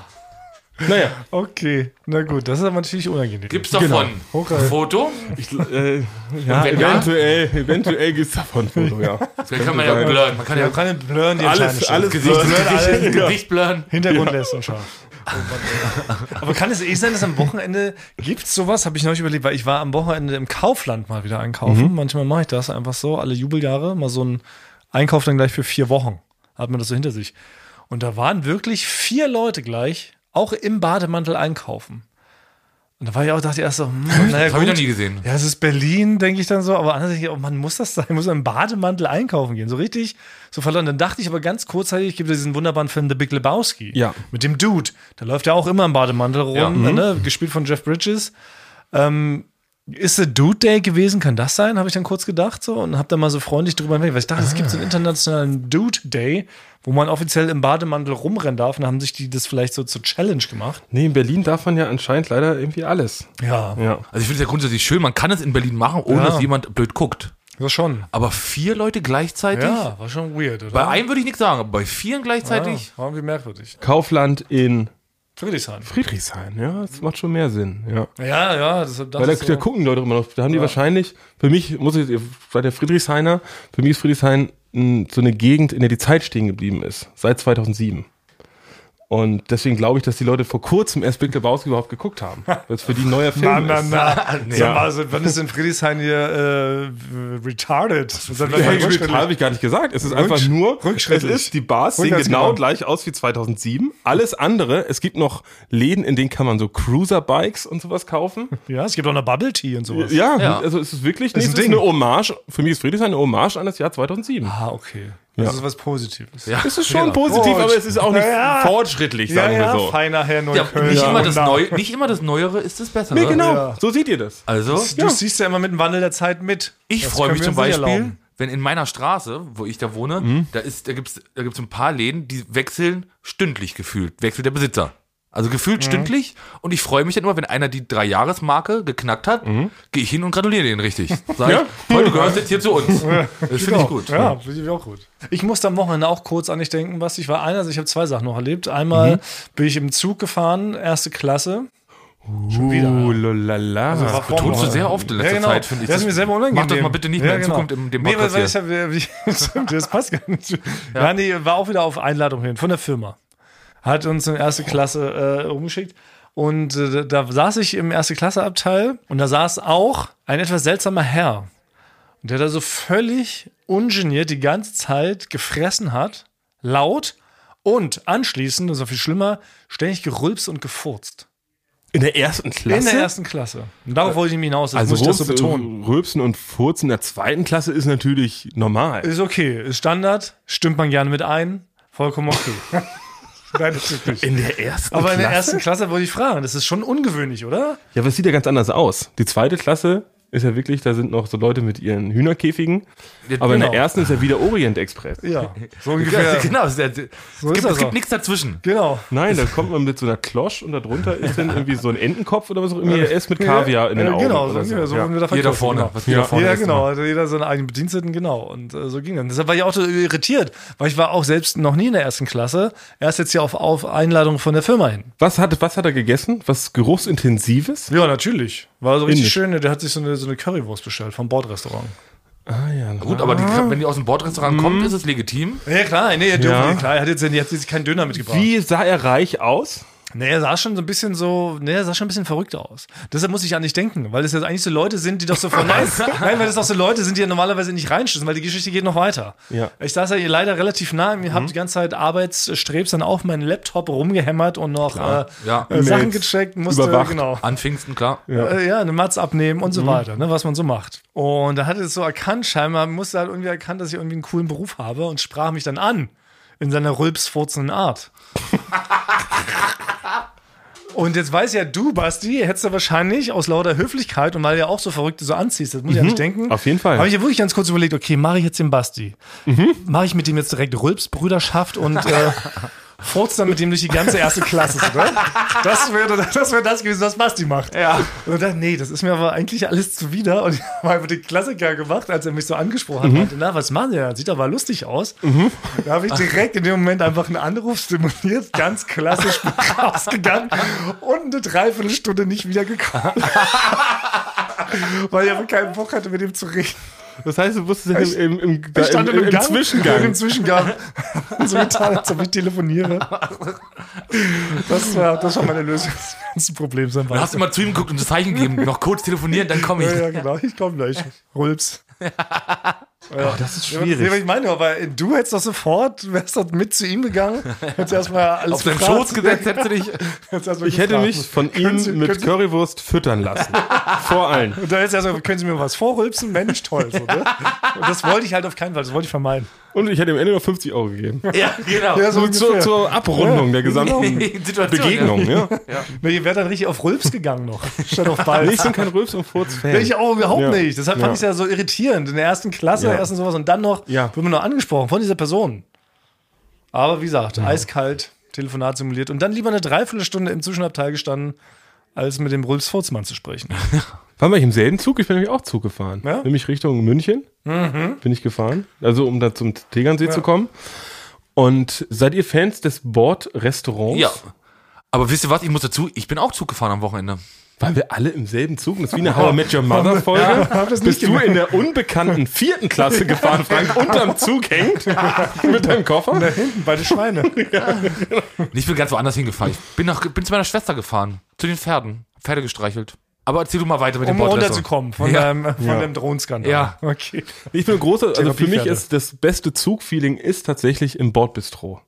Naja, Okay. Na gut, das ist aber natürlich unangenehm. gibt's davon Hoch- ein Foto? ich, äh, Genau. ja, wenn ja? eventuell, eventuell gibt's davon ein Foto, ja. Vielleicht kann man ja blurren. Man kann ja Man kann den blurren die Alles, Entscheidung alles stellen. Gesicht. Blurren, alle- Gesicht blurren. Hintergrund lässt uns scharf. Oh Aber kann es eh sein, dass am Wochenende gibt es sowas? Habe ich neulich überlegt, weil ich war am Wochenende im Kaufland mal wieder einkaufen. Manchmal mache ich das einfach so, alle Jubeljahre, mal so einen Einkauf dann gleich für vier Wochen. Hat man das so hinter sich. Und da waren wirklich vier Leute gleich, auch im Bademantel einkaufen. Und da war ich auch, dachte ich erst so, hm, naja, Das habe ich noch gut. nie gesehen. Ja, es ist Berlin, denke ich dann so. Aber anders denke ich, oh man muss das sein, muss man im Bademantel einkaufen gehen. So richtig, so verloren. Dann dachte ich aber ganz kurzzeitig, gibt es diesen wunderbaren Film The Big Lebowski. Ja. Mit dem Dude. Da läuft ja auch immer im Bademantel rum, Ja. Mhm. ne? gespielt von Jeff Bridges. Ähm, ist der Dude Day gewesen? Kann das sein? Habe ich dann kurz gedacht so und habe dann mal so freundlich drüber hinweg, weil ich dachte, es Ah. gibt so einen internationalen Dude Day, wo man offiziell im Bademantel rumrennen darf. Und dann haben sich die das vielleicht so zur Challenge gemacht. Nee, in Berlin darf man ja anscheinend leider irgendwie alles. Ja, ja. Also ich finde es ja grundsätzlich schön, man kann es in Berlin machen, ohne Ja. dass jemand blöd guckt. das schon. Aber vier Leute gleichzeitig? Ja, war schon weird, oder? Bei einem würde ich nichts sagen, aber bei vieren gleichzeitig? Ja, war irgendwie merkwürdig. Kaufland in Friedrichshain. Friedrichshain, ja, das macht schon mehr Sinn, ja. Ja, ja, deshalb dachte Weil da, ich da so. gucken die Leute immer noch, da haben die wahrscheinlich, für mich, muss ich, ihr seid ja Friedrichshainer, für mich ist Friedrichshain m, so eine Gegend, in der die Zeit stehen geblieben ist, seit 2007. Und deswegen glaube ich, dass die Leute vor kurzem erst Big Lebowski überhaupt geguckt [laughs] haben, weil es für die ein neuer Film Na, na, ist. na. [laughs] Nee. Sag mal, also, wann ist in Friedrichshain hier äh, retarded? Seit wann war Rückschritt Rückschritt? habe ich gar nicht gesagt. Es ist einfach nur, es rückschrittlich. ist, die Bars sehen Rückwärts genau gegangen. gleich aus wie 2007. Alles andere, es gibt noch Läden, in denen kann man so Cruiser-Bikes und sowas kaufen. Ja, es gibt auch eine Bubble Tea und sowas. Ja, Ja. also es ist wirklich, nee, Ist es ein ist Ding. eine Hommage, für mich ist Friedrichshain eine Hommage an das Jahr 2007. Ah, okay. Ja. Das ist was Positives. Ja, Es ist schon positiv, aber es ist auch nicht fortschrittlich, sagen wir so. feiner Herr Ja, Neukölln. nicht, immer das Wunder. Neu nicht immer das Neuere ist das Bessere. Nee, genau, Ja. so seht ihr das. Also, Du siehst ja immer mit dem Wandel der Zeit mit. ich Das freue können wir mich zum uns nicht Beispiel, erlauben. Mhm. wenn in meiner Straße, wo ich da wohne, da, ist- da gibt es da gibt's ein paar Läden, die wechseln stündlich gefühlt, wechselt der Besitzer. Also gefühlt Mhm. stündlich und ich freue mich dann immer, wenn einer die Drei-Jahres-Marke geknackt hat, Mhm. gehe ich hin und gratuliere denen richtig. Sag ich, toll, du gehörst jetzt hier zu uns. Das finde ich gut. Genau. Ja, finde ich auch gut. Ich musste am Wochenende auch kurz an dich denken, was ich war. Einerseits, ich habe zwei Sachen noch erlebt. Einmal bin ich im Zug gefahren, erste Klasse. Schon wieder. Uh, lolala. Also, war vor- Betonst du sehr oft in letzter ja, genau. Zeit, finde ich. Das ist mir selber unangenehm. genau. Mach das mal bitte nicht mehr in Zukunft im dem nee, weil, Podcast weil ich hier. hab, äh, Stimmt, [laughs] das passt gar [laughs] nicht. Ja. nee, war auch wieder auf Einladung hin, von der Firma. Hat uns in erste Klasse äh, rumgeschickt. Und äh, da saß ich im erste Klasse Abteil und da saß auch ein etwas seltsamer Herr. Und der da so völlig ungeniert die ganze Zeit gefressen hat, laut und anschließend, das war viel schlimmer, ständig gerülpst und gefurzt. In der ersten Klasse? In der ersten Klasse. Und Äh, darauf wollte ich mich hinaus, das also muss ich das so Rülps- betonen. Rülpsen und Furzen in der zweiten Klasse ist natürlich normal. Ist okay, ist Standard, stimmt man gerne mit ein, vollkommen okay. [laughs] Nein, das ist nicht. In der ersten Aber in der ersten Klasse wollte ich fragen, das ist schon ungewöhnlich, oder? Ja, aber es sieht ja ganz anders aus. Die zweite Klasse ist ja wirklich, da sind noch so Leute mit ihren Hühnerkäfigen. Ja, aber in genau. der ersten ist ja wieder Orient Express. Ja, so Ja, ungefähr. [laughs] genau, es, ist- es ist gibt, das es gibt auch. nichts dazwischen. Genau. Nein, da kommt man mit so einer Klosch und darunter ist dann irgendwie so ein Entenkopf oder was auch immer. Er ist mit Kaviar in den Ja, Augen. Genau, so oder ungefähr, so Ja. wurden wir da Jeder verkauft, vorne. genau. Was jeder Ja. vorne ja, ist, genau. Hatte jeder seinen eigenen Bediensteten, genau. Und äh, so ging dann. Deshalb war ich auch so irritiert, weil ich war auch selbst noch nie in der ersten Klasse. Erst jetzt hier auf, auf Einladung von der Firma hin. Was, hat, was hat er gegessen? Was Geruchsintensives? Ja, natürlich. War so richtig Indisch. schön. Der hat sich so eine, so eine Currywurst bestellt vom Bordrestaurant. Ah ja. Gut, aber die, wenn die aus dem Bordrestaurant kommt, ist es legitim. Ja, klar. Nee, Ja. klar. Er hat jetzt, er hat jetzt keinen Döner mitgebracht. Wie sah er reich aus? Nee, er sah schon so ein bisschen so, nee, er sah schon ein bisschen verrückt aus. Deshalb muss ich an dich denken, weil das ja eigentlich so Leute sind, die doch so von, nein, nein, weil das doch so Leute sind, die ja normalerweise nicht reinschießen, weil die Geschichte geht noch weiter. Ja. Ich saß ja hier leider relativ nah, mir hab die ganze Zeit Arbeitsstrebs dann auf meinen Laptop rumgehämmert und noch äh, Ja. äh, Sachen Mails gecheckt, musste, überwacht. genau. An Pfingsten, klar. Ja. Äh, ja, eine Matz abnehmen Mhm. und so weiter, ne, was man so macht. Und da hat er es so erkannt, scheinbar musste er halt irgendwie erkannt, dass ich irgendwie einen coolen Beruf habe und sprach mich dann an. In seiner rülpsfurzenden Art. [laughs] und jetzt weiß ja du, Basti, hättest du wahrscheinlich aus lauter Höflichkeit und weil du ja auch so Verrückte so anziehst, das muss ich ja nicht denken. Mhm. Auf jeden Fall. Mhm. Habe ich ja wirklich ganz kurz überlegt, okay, mache ich jetzt den Basti? Mache ich mit dem jetzt direkt Rülpsbrüderschaft und äh, [laughs] furzt dann mit dem durch die ganze erste Klasse, oder? Das wäre das, wär das gewesen, was Basti macht. Ja. Und dann, nee, das ist mir aber eigentlich alles zuwider. Und ich habe einfach den Klassiker gemacht, als er mich so angesprochen hat. Meinte, na, was machen Sie denn? Sieht aber lustig aus. Da habe ich direkt in dem Moment einfach einen Anruf simuliert, ganz klassisch [laughs] bin rausgegangen und eine Dreiviertelstunde nicht wiedergekommen. [laughs] Weil ich aber keinen Bock hatte, mit ihm zu reden. Das heißt, du wusstest ja im, im, im, Ich stand im, in einem im Gang, Im Zwischengang. Zwischengang. [laughs] so getan, als ob ich telefoniere. Das war, das war meine Lösung des ganzen Problems. Dann Dann hast du mal zu ihm geguckt und das Zeichen gegeben, noch kurz telefonieren, dann komme ich. ja, ja, genau. Ich komme gleich. Rülps. [laughs] Das ist Ja, aber ich meine, aber du hättest doch sofort, wärst doch mit zu ihm gegangen, hättest erstmal alles Auf deinen gefragt. Schoß gesetzt hättest du dich. Hättest erst mal Ich hätte gefragt. mich von ihm Können Sie- mit können Sie- Currywurst füttern lassen. Vor allen. Und dann hättest du erstmal, können Sie mir was vorrülpsen? Mensch, toll. So, ne? Und das wollte ich halt auf keinen Fall, das wollte ich vermeiden. Und ich hätte ihm Ende noch 50 Euro gegeben. [laughs] Ja, genau. [laughs] Ja, so So Genau. zur, ungefähr. zur Abrundung der gesamten Situation, Begegnung, ja. Ihr wärt dann richtig auf Rülps gegangen noch, statt auf Ball. Nee, ich bin kein Rülps- und Furz-Fan. Ich auch überhaupt Ja. nicht. Deshalb Ja. fand ich es ja so irritierend. In der ersten Klasse, Ja. erstens sowas und dann noch, Ja. wird man noch angesprochen von dieser Person. Aber wie gesagt, eiskalt, Telefonat simuliert und dann lieber eine Dreiviertelstunde im Zwischenabteil gestanden, als mit dem Rulfs Furzmann zu sprechen. Waren wir nicht im selben Zug? Ich bin nämlich auch Zug gefahren. Ja? Nämlich Richtung München bin ich gefahren. Also um da zum Tegernsee zu kommen. Und seid ihr Fans des Bordrestaurants? Ja. Aber wisst ihr was, ich muss dazu, ich bin auch Zug gefahren am Wochenende. Waren wir alle im selben Zug? Das ist wie eine How I Met [laughs] Your Mother Folge. Bist du in der unbekannten vierten Klasse gefahren, [laughs] Frank, unterm Zug hängt mit deinem Koffer? Hinten, beide Schweine. um Und ich bin ganz woanders hingefahren. Ich bin, nach, bin zu meiner Schwester gefahren, zu den Pferden, Pferde gestreichelt. Aber erzähl du mal weiter mit dem um Bordressor. runterzukommen von, Ja. deinem, von deinem Drohnenskandal. Ja. Okay. Ich bin ein großer, also für mich Therapiepferde. ist das beste Zugfeeling ist tatsächlich im Bordbistro.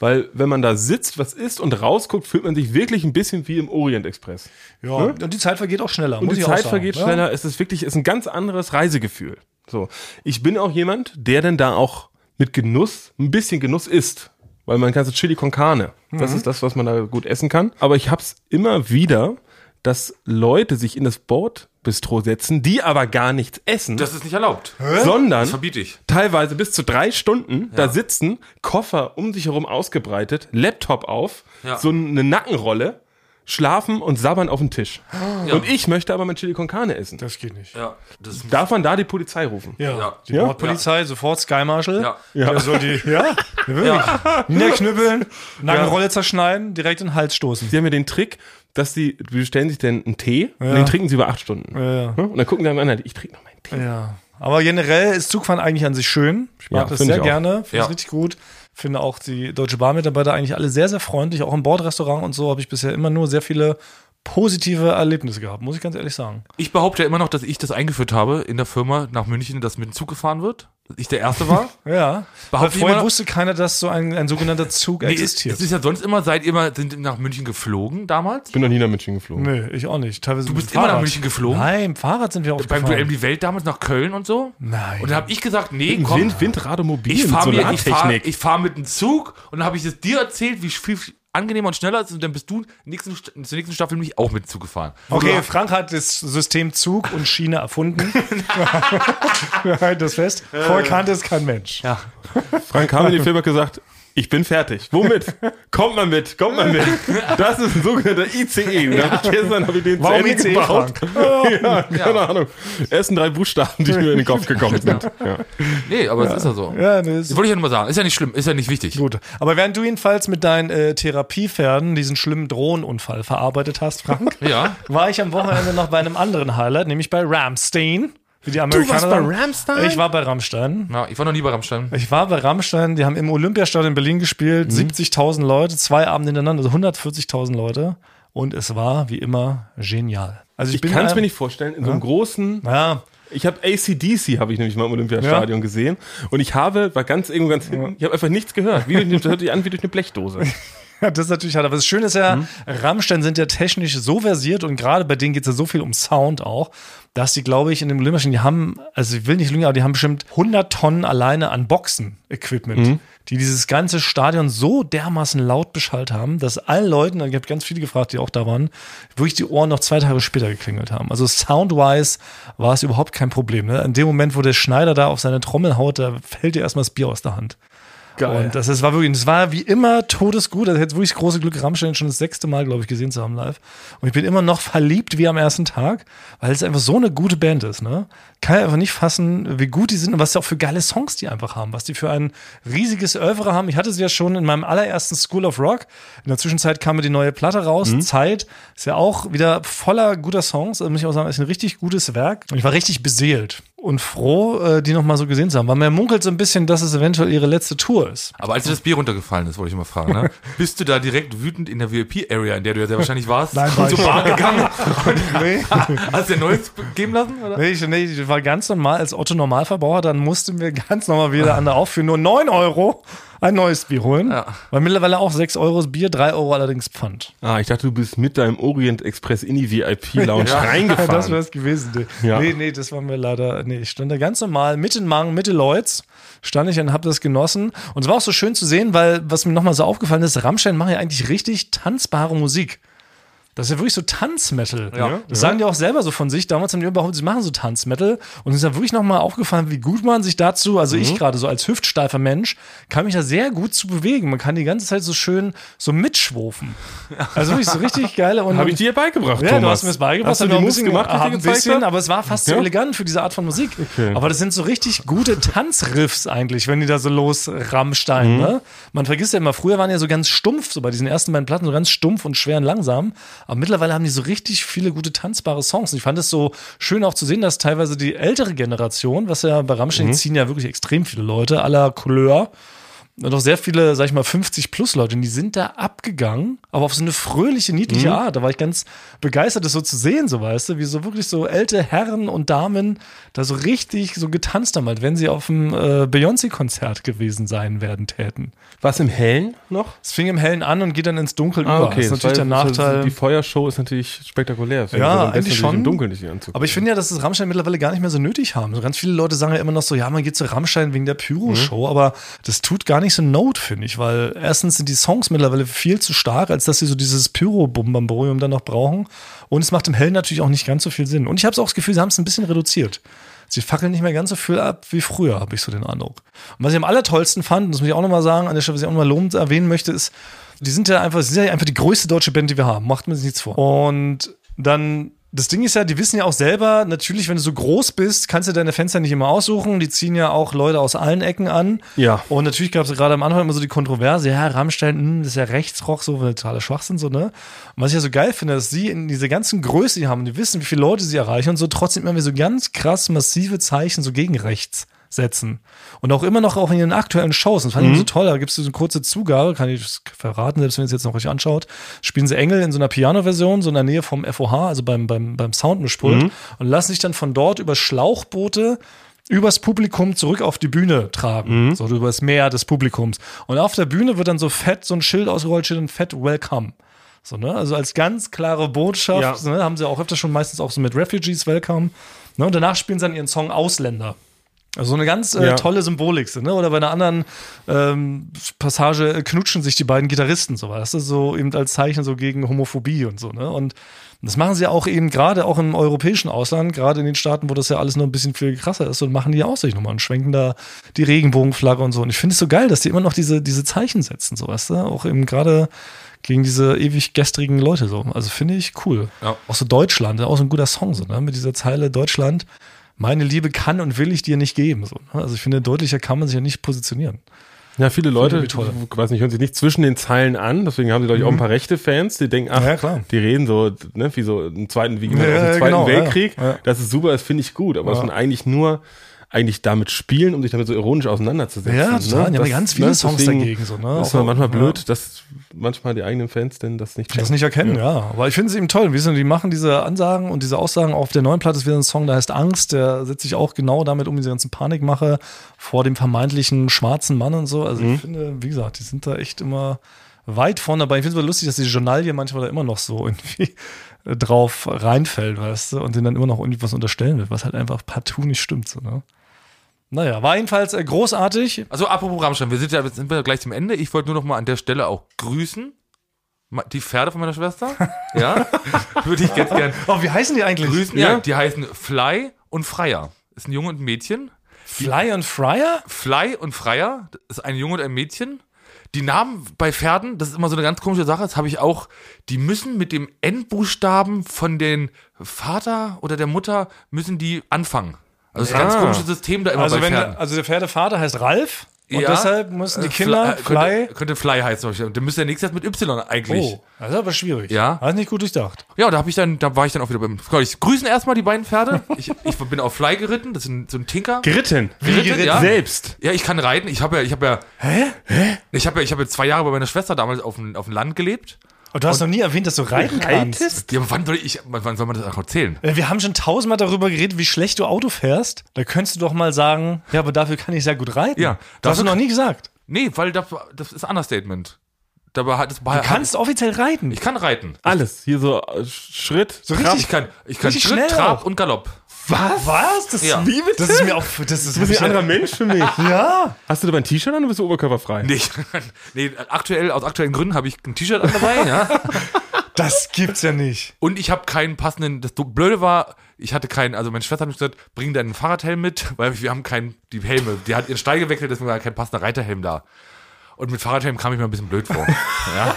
Weil wenn man da sitzt, was isst und rausguckt, fühlt man sich wirklich ein bisschen wie im Orient Express. Ja. Hm? Und die Zeit vergeht auch schneller. Und muss die ich auch Zeit sagen. ne? vergeht Ja. schneller. Es ist wirklich, es ist ein ganz anderes Reisegefühl. So. Ich bin auch jemand, der denn da auch mit Genuss, ein bisschen Genuss isst. Weil man kann so Chili con Carne. Das Mhm. ist das, was man da gut essen kann. Aber ich hab's immer wieder, dass Leute sich in das Bordbistro setzen, die aber gar nichts essen, Das ist nicht erlaubt. sondern Das verbiete ich. teilweise bis zu drei Stunden da sitzen, Koffer um sich herum ausgebreitet, Laptop auf, Ja. so eine Nackenrolle, schlafen und sabbern auf den Tisch. Und ich möchte aber mein Chili con Carne essen. Das geht nicht. Ja, das ist Darf man da die Polizei rufen? Ja. Ja. Die Bordpolizei, sofort Sky Marshal. Ja. Der soll die, ja, wirklich. Niederknüppeln, Nackenrolle zerschneiden, direkt in den Hals stoßen. Die haben ja den Trick, dass die, die bestellen sich dann einen Tee und den trinken sie über acht Stunden. Ne? ja. Und dann gucken die anderen, ich trinke noch meinen Tee. Ja. Aber generell ist Zugfahren eigentlich an sich schön. Ich mag Ja, das finde sehr ich auch. gerne, finde es Ja. richtig gut. Finde auch die Deutsche Bahn-Mitarbeiter eigentlich alle sehr, sehr freundlich. Auch im Bordrestaurant und so habe ich bisher immer nur sehr viele positive Erlebnisse gehabt, muss ich ganz ehrlich sagen. Ich behaupte ja immer noch, dass ich das eingeführt habe in der Firma nach München, dass mit dem Zug gefahren wird. Dass ich der Erste war. Ja. Weil Behauptet vorher jemand- wusste keiner, dass so ein, ein sogenannter Zug [laughs] Nee, es existiert. ist ja sonst immer, seid ihr mal sind nach München geflogen damals? Ich bin noch nie nach München geflogen. Nö, ich auch nicht. Teilweise Du bist immer nach München geflogen? Nein, Fahrrad sind wir auch Beim Duell um gefahren. die Welt damals nach Köln und so? Nein. Und dann habe ich gesagt, nee, Ein komm, Wind, Windradomobil ich mit fahre mir, ich fahr, Solartechnik. ich fahr mit dem Zug und dann habe ich es dir erzählt, wie viel angenehmer und schneller es ist und dann bist du nächsten, zur nächsten Staffel mich auch mit Zug gefahren. Okay, Frank hat das System Zug und Schiene [laughs] erfunden. [laughs] Wir halten das fest. Volk kannte es kein Mensch. Äh. Ja. Frank kam [laughs] in die Firma und gesagt, ich bin fertig. Womit? kommt mal mit, kommt mal mit. Das ist ein sogenannter ICE. Und hab ich gestern habe ich den Warum eh, E zu ICE, Ende gebaut. ja, keine Ahnung. Es sind drei Buchstaben, die mir in den Kopf gekommen Genau. sind. Ja. Nee, aber es ist ja so. Ja, das ist Wollte ich ja nur mal sagen. Ist ja nicht schlimm, ist ja nicht wichtig. gut. Aber während du jedenfalls mit deinen äh, Therapiepferden diesen schlimmen Drohnenunfall verarbeitet hast, [laughs] Frank, Ja. war ich am Wochenende noch bei einem anderen Highlight, nämlich bei Ramstein. Wie die Amerikaner warst bei sagen. Rammstein? Ich war bei Rammstein. Na, ich war noch nie bei Rammstein. Ich war bei Rammstein, die haben im Olympiastadion Berlin gespielt, Mhm. 70.000 Leute, zwei Abende hintereinander, also 140.000 Leute. Und es war, wie immer, genial. Also ich, Ich bin kann es ein- mir nicht vorstellen, in so einem großen Ja, Ich habe ACDC, habe ich nämlich mal im Olympiastadion gesehen. Und ich habe, war ganz irgendwo ganz hinten, ich habe einfach nichts gehört. Wie durch, das hört sich an wie durch eine Blechdose. [laughs] Ja, das ist natürlich hart. Aber das Schöne ist ja, Rammstein sind ja technisch so versiert und gerade bei denen geht es ja so viel um Sound auch, dass die, glaube ich, in dem Olympischen, die haben, also ich will nicht lügen, aber die haben bestimmt 100 Tonnen alleine an Boxen-Equipment, die dieses ganze Stadion so dermaßen laut beschallt haben, dass allen Leuten, und ich habe ganz viele gefragt, die auch da waren, wirklich die Ohren noch zwei Tage später geklingelt haben. Also soundwise war es überhaupt kein Problem. Ne? In dem Moment, wo der Schneider da auf seine Trommel haut, da fällt dir erstmal das Bier aus der Hand. Und das, das war wirklich, das war wie immer todesgut. Also Das hätte wirklich das große Glück, Rammstein schon das sechste Mal, glaube ich, gesehen zu haben live. Und ich bin immer noch verliebt wie am ersten Tag, weil es einfach so eine gute Band ist. Ne? Kann ich einfach nicht fassen, wie gut die sind und was sie auch für geile Songs die einfach haben, was die für ein riesiges Oeuvre haben. Ich hatte sie ja schon in meinem allerersten School of Rock. In der Zwischenzeit kam mir die neue Platte raus. Zeit ist ja auch wieder voller guter Songs. Also muss ich auch sagen, ist ein richtig gutes Werk. Und ich war richtig beseelt und froh, äh, die nochmal so gesehen zu haben. Weil man munkelt so ein bisschen, dass es eventuell ihre letzte Tour ist. Aber als dir das Bier runtergefallen ist, wollte ich mal [laughs] fragen, ne? bist du da direkt wütend in der VIP-Area, in der du ja sehr wahrscheinlich warst, Nein, war zur ich Bar [laughs] gegangen, Nee. hast dir Neues geben lassen? Oder? Nee, ich, nee, ich war ganz normal als Otto Normalverbraucher, dann mussten wir ganz normal wieder an der aufführen. Nur 9 Euro ein neues Bier holen. Weil mittlerweile auch 6 Euro ist Bier, 3 Euro allerdings Pfand. Ah, ich dachte, du bist mit deinem Orient Express in die VIP-Lounge [laughs] reingefahren. Das wäre es gewesen. Nee. Ja. nee, nee, das waren wir leider. Nee, ich stand da ganz normal mit den Magen, mit den Leuts, stand ich und habe das genossen. Und es war auch so schön zu sehen, weil, was mir nochmal so aufgefallen ist, Rammstein machen ja eigentlich richtig tanzbare Musik. Das ist ja wirklich so Tanzmetal. Ja. Das sagen die auch selber so von sich. Damals haben die überhaupt, sie machen so Tanzmetal. Und es ist ja wirklich nochmal aufgefallen, wie gut man sich dazu, also ich gerade so als hüftsteifer Mensch, kann mich da sehr gut zu bewegen. Man kann die ganze Zeit so schön so mitschwufen. Also wirklich so richtig geile. und- Habe ich dir beigebracht, ja, Thomas? du hast mir das beigebracht. Hast du hab die auch ein Moves bisschen- gemacht, die ich hab dir ein gezeigt bisschen, habe? aber es war fast zu Ja? elegant für diese Art von Musik. Aber das sind so richtig gute Tanzriffs eigentlich, wenn die da so Mhm. losrammsteinen. Ne? Man vergisst ja immer, früher waren die ja so ganz stumpf, so bei diesen ersten beiden Platten, so ganz stumpf und schwer und langsam. Aber mittlerweile haben die so richtig viele gute tanzbare Songs. Und ich fand es so schön auch zu sehen, dass teilweise die ältere Generation, was ja bei Rammstein Mhm. ziehen ja wirklich extrem viele Leute aller Couleur, und auch sehr viele, sag ich mal, 50 plus Leute, und die sind da abgegangen, aber auf so eine fröhliche, Mhm. niedliche Art. Da war ich ganz begeistert, das so zu sehen, so weißt du, wie so wirklich so alte Herren und Damen da so richtig so getanzt haben, als wenn sie auf einem äh, Beyoncé-Konzert gewesen sein werden täten. Was im Hellen noch? Es fing im Hellen an und geht dann ins Dunkel über. Das ist Ah, das natürlich der war- das- Nachteil. Die Feuershow ist natürlich spektakulär. Deswegen Ja, ist es am besten, eigentlich sich schon. Im Dunkeln nicht anzugucken. Aber ich finde ja, dass das Rammstein mittlerweile gar nicht mehr so nötig haben. So ganz viele Leute sagen ja immer noch so, ja, man geht zu Rammstein wegen der Pyro-Show, aber das tut gar nicht so Not, finde ich, weil erstens sind die Songs mittlerweile viel zu stark, als dass sie so dieses Pyro-Bumbamborium dann noch brauchen. Und es macht im Hellen natürlich auch nicht ganz so viel Sinn. Und ich habe auch das Gefühl, sie haben es ein bisschen reduziert. Sie fackeln nicht mehr ganz so viel ab wie früher, habe ich so den Eindruck. Und was ich am allertollsten fand, das muss ich auch nochmal sagen, an der Stelle, was ich auch nochmal lobend erwähnen möchte, ist, die sind ja einfach, sie sind ja einfach die größte deutsche Band, die wir haben. Macht man sich nichts vor. Und dann, das Ding ist ja, die wissen ja auch selber, natürlich, wenn du so groß bist, kannst du deine Fans ja nicht immer aussuchen. Die ziehen ja auch Leute aus allen Ecken an. Ja. Und natürlich gab es gerade am Anfang immer so die Kontroverse, ja, Rammstein, mh, das ist ja Rechtsrock, so totaler Schwachsinn, so, ne? Und was ich ja so geil finde, dass sie in dieser ganzen Größe, die haben, die wissen, wie viele Leute sie erreichen und so trotzdem immer wieder so ganz krass massive Zeichen so gegen rechts setzen. Und auch immer noch auch in ihren aktuellen Shows. Das fand ich so toll. Da gibt es so eine kurze Zugabe, kann ich verraten, selbst wenn ihr es jetzt noch euch anschaut. Spielen sie Engel in so einer Piano-Version, so in der Nähe vom FOH, also beim, beim, beim Soundmischpult, und lassen sich dann von dort über Schlauchboote übers Publikum zurück auf die Bühne tragen. So über das Meer des Publikums. Und auf der Bühne wird dann so fett, so ein Schild ausgerollt, steht dann fett Welcome. So, ne? Also als ganz klare Botschaft, ne? haben sie auch öfter schon meistens auch so mit Refugees Welcome. Ne? Und danach spielen sie dann ihren Song Ausländer. Also so eine ganz äh, Ja. tolle Symbolik. so, Ne? Oder bei einer anderen ähm, Passage äh, knutschen sich die beiden Gitarristen so was. Das ist so eben als Zeichen so gegen Homophobie und so. Ne? Und das machen sie auch eben gerade auch im europäischen Ausland, gerade in den Staaten, wo das ja alles noch ein bisschen viel krasser ist. Und machen die auch sich nochmal und schwenken da die Regenbogenflagge und so. Und ich finde es so geil, dass die immer noch diese, diese Zeichen setzen. So was. Ne? Auch eben gerade gegen diese ewig gestrigen Leute so. Also finde ich cool. Ja. Auch so Deutschland, auch so ein guter Song so, ne? Mit dieser Zeile Deutschland, meine Liebe kann und will ich dir nicht geben. So. ne? Also ich finde, deutlicher kann man sich ja nicht positionieren. Ja, viele Leute, Finde ich toll. Mhm. ich weiß nicht, hören sich nicht zwischen den Zeilen an, deswegen haben sie, glaube ich, auch ein paar rechte Fans, die denken, ach, Ja, klar. die reden so, ne, wie so im Zweiten, wie gesagt, Ja, aus dem ja, Zweiten genau, Weltkrieg. ja, ja. Das ist super, das finde ich gut, aber dass man eigentlich nur eigentlich damit spielen, um sich damit so ironisch auseinanderzusetzen. ne? Ja, total. Die haben Das- ganz viele Songs deswegen dagegen, so, ne? Ist Auch- man manchmal ja. blöd, dass manchmal die eigenen Fans denn das nicht Das nicht erkennen, ja. Aber ich finde es eben toll. Wie sind die machen diese Ansagen und diese Aussagen auf der neuen Platte ist wieder ein Song, der heißt Angst. Der setzt sich auch genau damit um, diese ganzen Panikmache vor dem vermeintlichen schwarzen Mann und so. Also Mhm. ich finde, wie gesagt, die sind da echt immer weit vorne dabei. Ich finde es aber lustig, dass die Journalie manchmal da immer noch so irgendwie äh, drauf reinfällt, weißt du, und denen dann immer noch irgendwie was unterstellen wird, was halt einfach partout nicht stimmt, so, ne? Naja, war jedenfalls äh, großartig. Also apropos Rammstein, wir sind ja jetzt sind wir gleich zum Ende. Ich wollte nur noch mal an der Stelle auch grüßen. Ma- Die Pferde von meiner [laughs] Schwester. Ja. Würde ich jetzt gern Oh, wie heißen die eigentlich? grüßen. Ja. Die heißen Fly und Freier. Ist ein Junge und ein Mädchen. Fly und Fryer? Fly und Freier das ist ein Junge und ein Mädchen. Die Namen bei Pferden, das ist immer so eine ganz komische Sache, das habe ich auch, die müssen mit dem Endbuchstaben von den Vater oder der Mutter, müssen die anfangen. Also das ist ein ganz Ah. komisches System da immer Also, bei wenn, Pferden. also der Pferdevater heißt Ralf und Ja. deshalb müssen die Äh, Kinder Fly. Fly. Könnte, könnte Fly heißen. zum Beispiel. Dann müsste der nächste mit Y eigentlich. Oh, das ist aber schwierig. Ja. Das ist nicht gut durchdacht. Ja, da habe ich dann, da war ich dann auch wieder beim. Ich grüßen erstmal die beiden Pferde. Ich, ich bin auf Fly geritten, das ist ein, so ein Tinker. Geritten. geritten, ja. Selbst. Ja, ich kann reiten. Ich habe ja, ich habe ja. Hä? Hä? Ich habe ja, ich habe ja zwei Jahre bei meiner Schwester damals auf dem, auf dem Land gelebt. Und Oh, du hast noch nie erwähnt, dass du reiten kannst. Ja, aber wann soll ich, wann soll man das auch erzählen? Äh, Wir haben schon tausendmal darüber geredet, wie schlecht du Auto fährst. Da könntest du doch mal sagen, ja, aber dafür kann ich sehr gut reiten. Ja, das hast du dafür- noch nie gesagt. Nee, weil das, war- das ist ein Understatement. Dabei hat es bei. Du kannst offiziell reiten. ich kann reiten. Alles. Hier so äh, Schritt. So richtig- Ich kann, ich kann Richtig Schritt, schnell Trab auch. und Galopp. [laughs] was? Was? Das, Ja. Wie bitte? das ist mir auch. Das ist Du bist ein anderer Mensch für mich. [laughs] Ja. Hast du dabei ein T-Shirt an oder bist du oberkörperfrei? Nee, [laughs] ich- nee aktuell, aus aktuellen Gründen habe ich ein T-Shirt an dabei, ja. Das gibt's ja nicht. Und ich habe keinen passenden. Das Blöde war, ich hatte keinen. Also, meine Schwester hat mich gesagt, bring deinen Fahrradhelm mit, [laughs] weil wir haben keinen. Die Helme. Die hat ihren Stall gewechselt, deswegen war kein passender Reiterhelm da. Und mit Fahrradhelm kam ich mir ein bisschen blöd [laughs] vor. ja.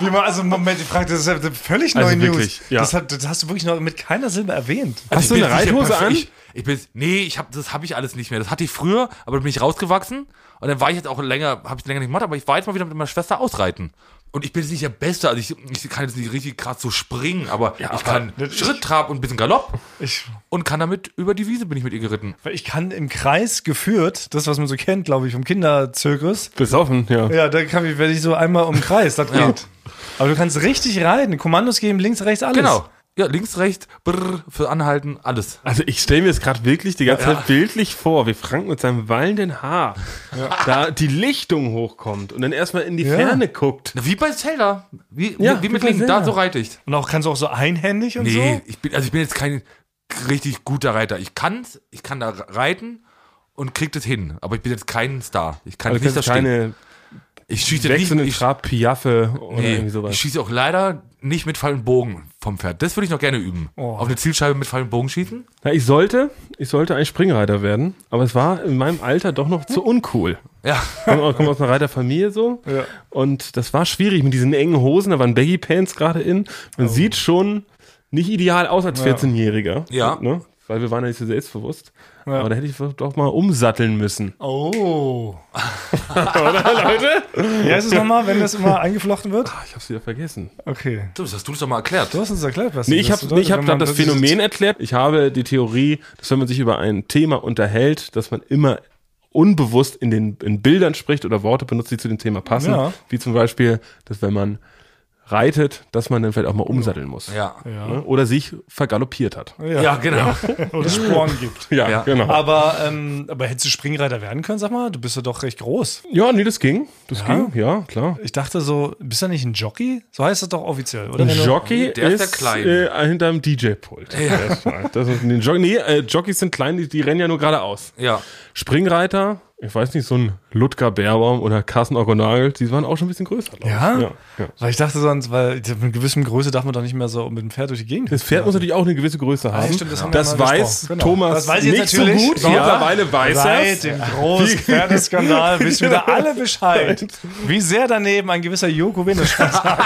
Wie man, also Moment, ich frage, das ist ja völlig Also neue wirklich, News. ja. Das, hat, das hast du wirklich noch mit keiner Silbe erwähnt. Hast Also Ich du eine bin sicher, Reithose perfekt. an? Ich, ich bin, nee, ich hab, das habe ich alles nicht mehr. Das hatte ich früher, aber bin ich rausgewachsen. Und dann war ich jetzt auch länger, habe ich länger nicht gemacht, aber ich war jetzt mal wieder mit meiner Schwester ausreiten. Und ich bin jetzt nicht der Beste, also ich, ich kann jetzt nicht richtig krass so springen, aber ich kann Schritt, Trab und ein bisschen Galopp Ich, und kann damit über die Wiese bin ich mit ihr geritten. weil ich kann im Kreis geführt, das, was man so kennt, glaube ich, vom Kinderzirkus. Besoffen, ja. Ja, da kann ich, werde ich so einmal um den Kreis, [laughs] das Ja. geht. Aber du kannst richtig reiten, Kommandos geben, links, rechts, alles. Genau. Ja, links, rechts, brr, für anhalten, alles. Also ich stelle mir das gerade wirklich die ganze Ja. Zeit bildlich vor, wie Frank mit seinem wallenden Haar da die Lichtung hochkommt und dann erstmal in die Ja. Ferne guckt. Na, Wie bei Zelda. Wie, wie, Ja, wie wie mit bei links, da Zelda. so reite ich. Und auch kannst du auch so einhändig und so. Nee, ich bin, also ich bin jetzt kein richtig guter Reiter. Ich kann's, ich kann da reiten und krieg das hin. Aber ich bin jetzt kein Star. Ich kann Also nicht kannst da du stehen. keine Ich schieße nicht. wechselnde Ich, Trab, Piaffe oder nee, irgendwie sowas. ich schieße auch leider nicht mit Fall und Bogen vom Pferd. Das würde ich noch gerne üben. Oh. Auf eine Zielscheibe mit Fall und Bogen schießen? Na, ich sollte, ich sollte eigentlich Springreiter werden, aber es war in meinem Alter doch noch zu uncool. Ja. [laughs] Ich komme komm aus einer Reiterfamilie so Ja. und das war schwierig mit diesen engen Hosen, da waren Baggy Pants gerade in. Oh. Man sieht schon nicht ideal aus als 14-Jähriger. Ja. Ne? Weil wir waren ja nicht so selbstbewusst. Ja. Aber da hätte ich doch mal umsatteln müssen. [laughs] Oh. [laughs] Oder, Leute? Ja, ist es nochmal, wenn das immer eingeflochten wird? Ah, Ich hab's wieder vergessen. Okay. So, das hast du uns doch mal erklärt. Du hast uns erklärt, was Nee, Also das ich habe bedeutet, ich hab wenn glaub, man das wirklich- Phänomen erklärt. Ich habe die Theorie, dass wenn man sich über ein Thema unterhält, dass man immer unbewusst in den in Bildern spricht oder Worte benutzt, die zu dem Thema passen. Ja. Wie zum Beispiel, dass wenn man reitet, dass man dann vielleicht auch mal umsatteln muss. Ja. Ne? Oder sich vergaloppiert hat. Ja, [laughs] genau. Oder Sporen gibt. Ja, Ja. genau. Aber, ähm, aber hättest du Springreiter werden können, sag mal? Du bist ja doch recht groß. Ja, nee, das ging. Das ging, ja, klar. Ich dachte so, bist du nicht ein Jockey? So heißt das doch offiziell, oder? Ein Wenn du- Jockey der ist ja ist, klein. Äh, hinterm DJ-Pult. Ja. Das ist ein Jockey. Nee, äh, Jockeys sind klein, die, die rennen ja nur geradeaus. Ja. Springreiter, ich weiß nicht, so ein Ludger Bärbaum oder Carsten Orgonagel, die waren auch schon ein bisschen größer. glaub ich. Ja? ja, ja. Weil ich dachte sonst, weil mit einer gewissen Größe darf man doch nicht mehr so mit dem Pferd durch die Gegend. Das Pferd muss natürlich auch eine gewisse Größe haben. stimmt, das haben wir das mal weiß besprochen. Genau. Thomas Das weiß ich jetzt nicht so natürlich. gut. Ja. Mittlerweile weiß Seit er dem großen [laughs] Pferdeskandal wissen wieder alle Bescheid, wie sehr daneben ein gewisser Joko [laughs] Winnesch lag.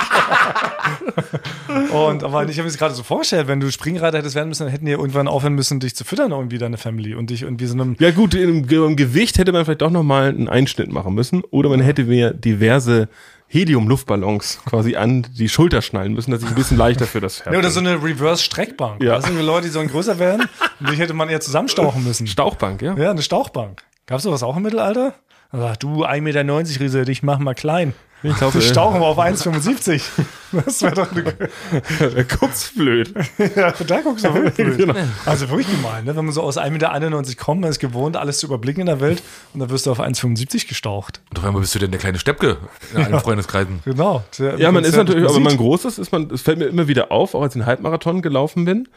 Und aber ich habe mir das gerade so vorgestellt, wenn du Springreiter hättest werden müssen, dann hätten die irgendwann aufhören müssen, dich zu füttern irgendwie deine Family und dich irgendwie so einem Ja gut, im, Ge- im Gewicht hätte man vielleicht doch nochmal einen Einschnitt machen müssen. Oder man hätte mir diverse Helium-Luftballons quasi an die Schulter schnallen müssen, dass ich ein bisschen leichter für das Pferd ja, oder so bin. eine Reverse Streckbank. Ja. Ja. Das sind die Leute, die sollen größer [laughs] werden und dich hätte man eher zusammenstauchen müssen. [laughs] Stauchbank, ja? Ja, eine Stauchbank. Gab es sowas auch im Mittelalter? Dann sagt, du 1,90 Meter Riese, dich mach mal klein. Ich äh, glaube, Wir stauchen wir auf 1,75. Das wäre [laughs] doch eine äh, guck's blöd. Ja, da guckst du wirklich blöd. [laughs] Genau. Also wirklich gemein, ne? wenn man so aus 1,91 Meter kommt, man ist gewohnt, alles zu überblicken in der Welt und dann wirst du auf 1,75 gestaucht. Und auf einmal bist du denn der kleine Steppke in allen Freundeskreisen. Genau. Ja, man ist natürlich, aber wenn man groß ist, ist man, es fällt mir immer wieder auf, auch als ich einen Halbmarathon gelaufen bin,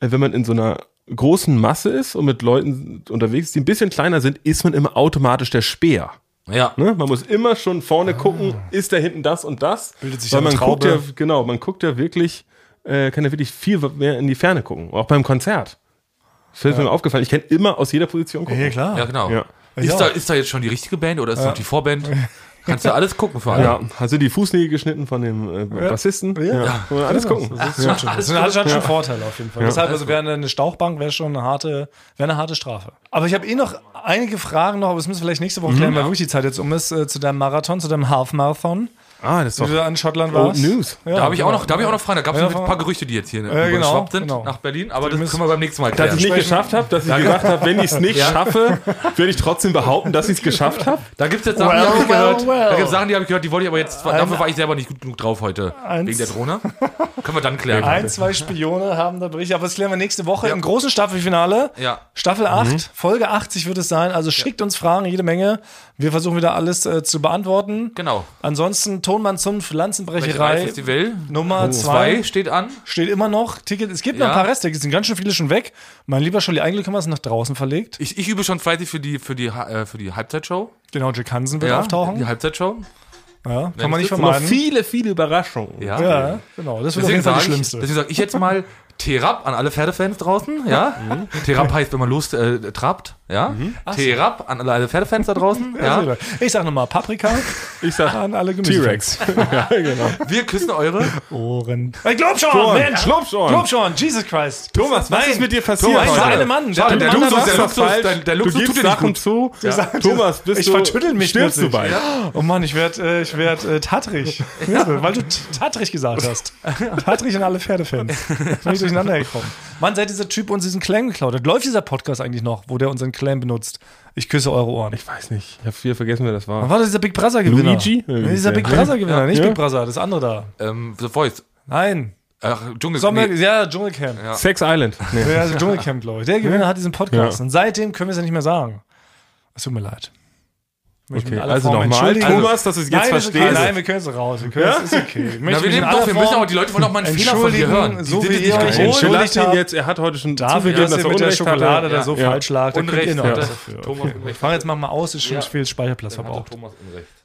äh, wenn man in so einer großen Masse ist und mit Leuten unterwegs ist, die ein bisschen kleiner sind, ist man immer automatisch der Speer. Ja. Ne? Man muss immer schon vorne gucken, ist da hinten das und das. Ah. Bildet sich weil eine man guckt Traube. ja, genau, man guckt ja wirklich, äh, kann ja wirklich viel mehr in die Ferne gucken. Auch beim Konzert. Das ist mir aufgefallen. Ich kann immer aus jeder Position gucken. Ja, klar. Ja, genau. Ja. Ist, Ja. da, ist da jetzt schon die richtige Band oder ist noch [laughs] die Vorband? Kannst du alles gucken vor allem. Ja, hast du die Fußnägel geschnitten von dem äh, Bassisten? Ja. Kann man alles gucken. Das hat, hat schon Vorteile auf jeden Fall. Deshalb, also wäre eine Stauchbank wäre schon eine harte, wäre eine harte Strafe. Aber ich habe eh noch Mhm. einige Fragen noch, aber das müssen wir vielleicht nächste Woche klären, weil wirklich die Zeit jetzt um ist, äh, zu deinem Marathon, zu deinem Half-Marathon. Ah, das ist Wie du da in Schottland warst. News. Ja, genau. da habe ich auch noch, da habe ich auch noch Fragen. Da gab es Ja, ein von- paar Gerüchte, die jetzt hier Ja, äh, genau, geschwappt sind genau. nach Berlin. Aber Die das müssen- können wir beim nächsten Mal Dass ich es klären. nicht geschafft habe, dass ich gesagt habe, wenn ich es nicht schaffe, werde ich trotzdem behaupten, dass ich es [laughs] geschafft habe. Da gibt es jetzt Sachen, Well, die habe ich well, gehört. Da well. gibt's Sachen, die habe ich gehört, die wollte ich aber jetzt. Dafür war ich selber nicht gut genug drauf heute. Eins. Wegen [laughs] der Drohne. Können wir dann klären. Ein, zwei Spione haben da Berichte, aber das klären wir nächste Woche im großen Staffelfinale. Ja. Staffel Mhm. 8, Folge 80 wird es sein. Also schickt uns Fragen, jede Menge. Wir versuchen wieder alles äh, zu beantworten. Genau. Ansonsten Tonmann zum Welche Lanzenbrecherei Festival Nummer 2 2 steht an. steht immer noch. Ticket, es gibt noch Ja. ein paar Resttickets, sind ganz schön viele schon weg. Mein lieber Scholli, eigentlich haben wir es nach draußen verlegt. Ich, ich übe schon fleißig für die, für die, Ha- äh, für die Halbzeitshow. Genau, Jack Hansen wird Die auftauchen. Halbzeitshow. Ja, kann es man nicht gibt Noch vermeiden. viele, viele Überraschungen. Ja. Ja, genau. Das wird auf jeden Fall sage das ich, Schlimmste. deswegen sag ich jetzt mal Terab an alle Pferdefans draußen. Ja? Terab heißt, wenn man Lust äh, trabt. Ja? Mhm. Terab an alle Pferdefans da draußen. Ja? Ich sag nochmal Paprika Ich sag an alle Gemüse. T-Rex. ja, genau. Wir küssen eure. [laughs] Ohren. Ich glaub schon, Ohren. Mensch. Schlupfohren. Glaub schon, Jesus Christ. Thomas, was ist mit dir passiert? Thomas, heute? der eine Mann, der Schade, der, andere Luxus, macht der was Luxus, falsch. dein, dein Du Luxus gibst tut dir nicht Sachen gut. zu. sagst, Thomas, bist ich du, vertüttel mich stirbst du plötzlich. bald. Oh Mann, ich werd, äh, ich werd äh, [laughs] tatrig. Weil du t- tatrig gesagt hast. tatrig an alle Pferdefans. Bin ich durcheinander gekommen. Mann, seit dieser Typ uns diesen Claim geklaut hat. Läuft dieser Podcast eigentlich noch, wo der unseren Claim benutzt? Ich küsse eure Ohren. Ich weiß nicht. Ich habe viel vergessen, wer das war. war das dieser Big Brother Gewinner? Luigi? Nee, dieser Big Brother Gewinner, nicht Ja. Big Brother, das andere da. Ähm, The Voice. Nein. Ach, Dschungel. Sommer, nee. ja, Dschungelcamp. Sex Island. Nee. Ja, also Dschungelcamp, glaube ich. Der Gewinner hat diesen Podcast. Ja. Und seitdem können wir es ja nicht mehr sagen. Es tut mir leid. Möchte mich in Okay, aller also Form nochmal, entschuldigen. Thomas, dass du es jetzt nein, verstehst. Ist okay. Nein, wir können es raus. Wir können es, ist okay. Ich möchte Na, wir mich in nehmen aller doch, wir müssen Form aber die Leute wollen auch mal einen Fehler von dir entschuldigen, hören. Die so sind wie ihr jetzt nicht euch gewohnt. Entschuldigt entschuldigt ihn habt. jetzt. Er hat heute schon Dafür, zugegeben, dass ihr mit der Unrecht hatte. Schokolade da Ja, so ja. falsch lag. Da kriegt Unrecht. ihr noch Ja. was dafür. Thomas Unrecht. Fangen jetzt mal, mal aus, ist schon viel Speicherplatz Hatte verbraucht. Thomas Unrecht.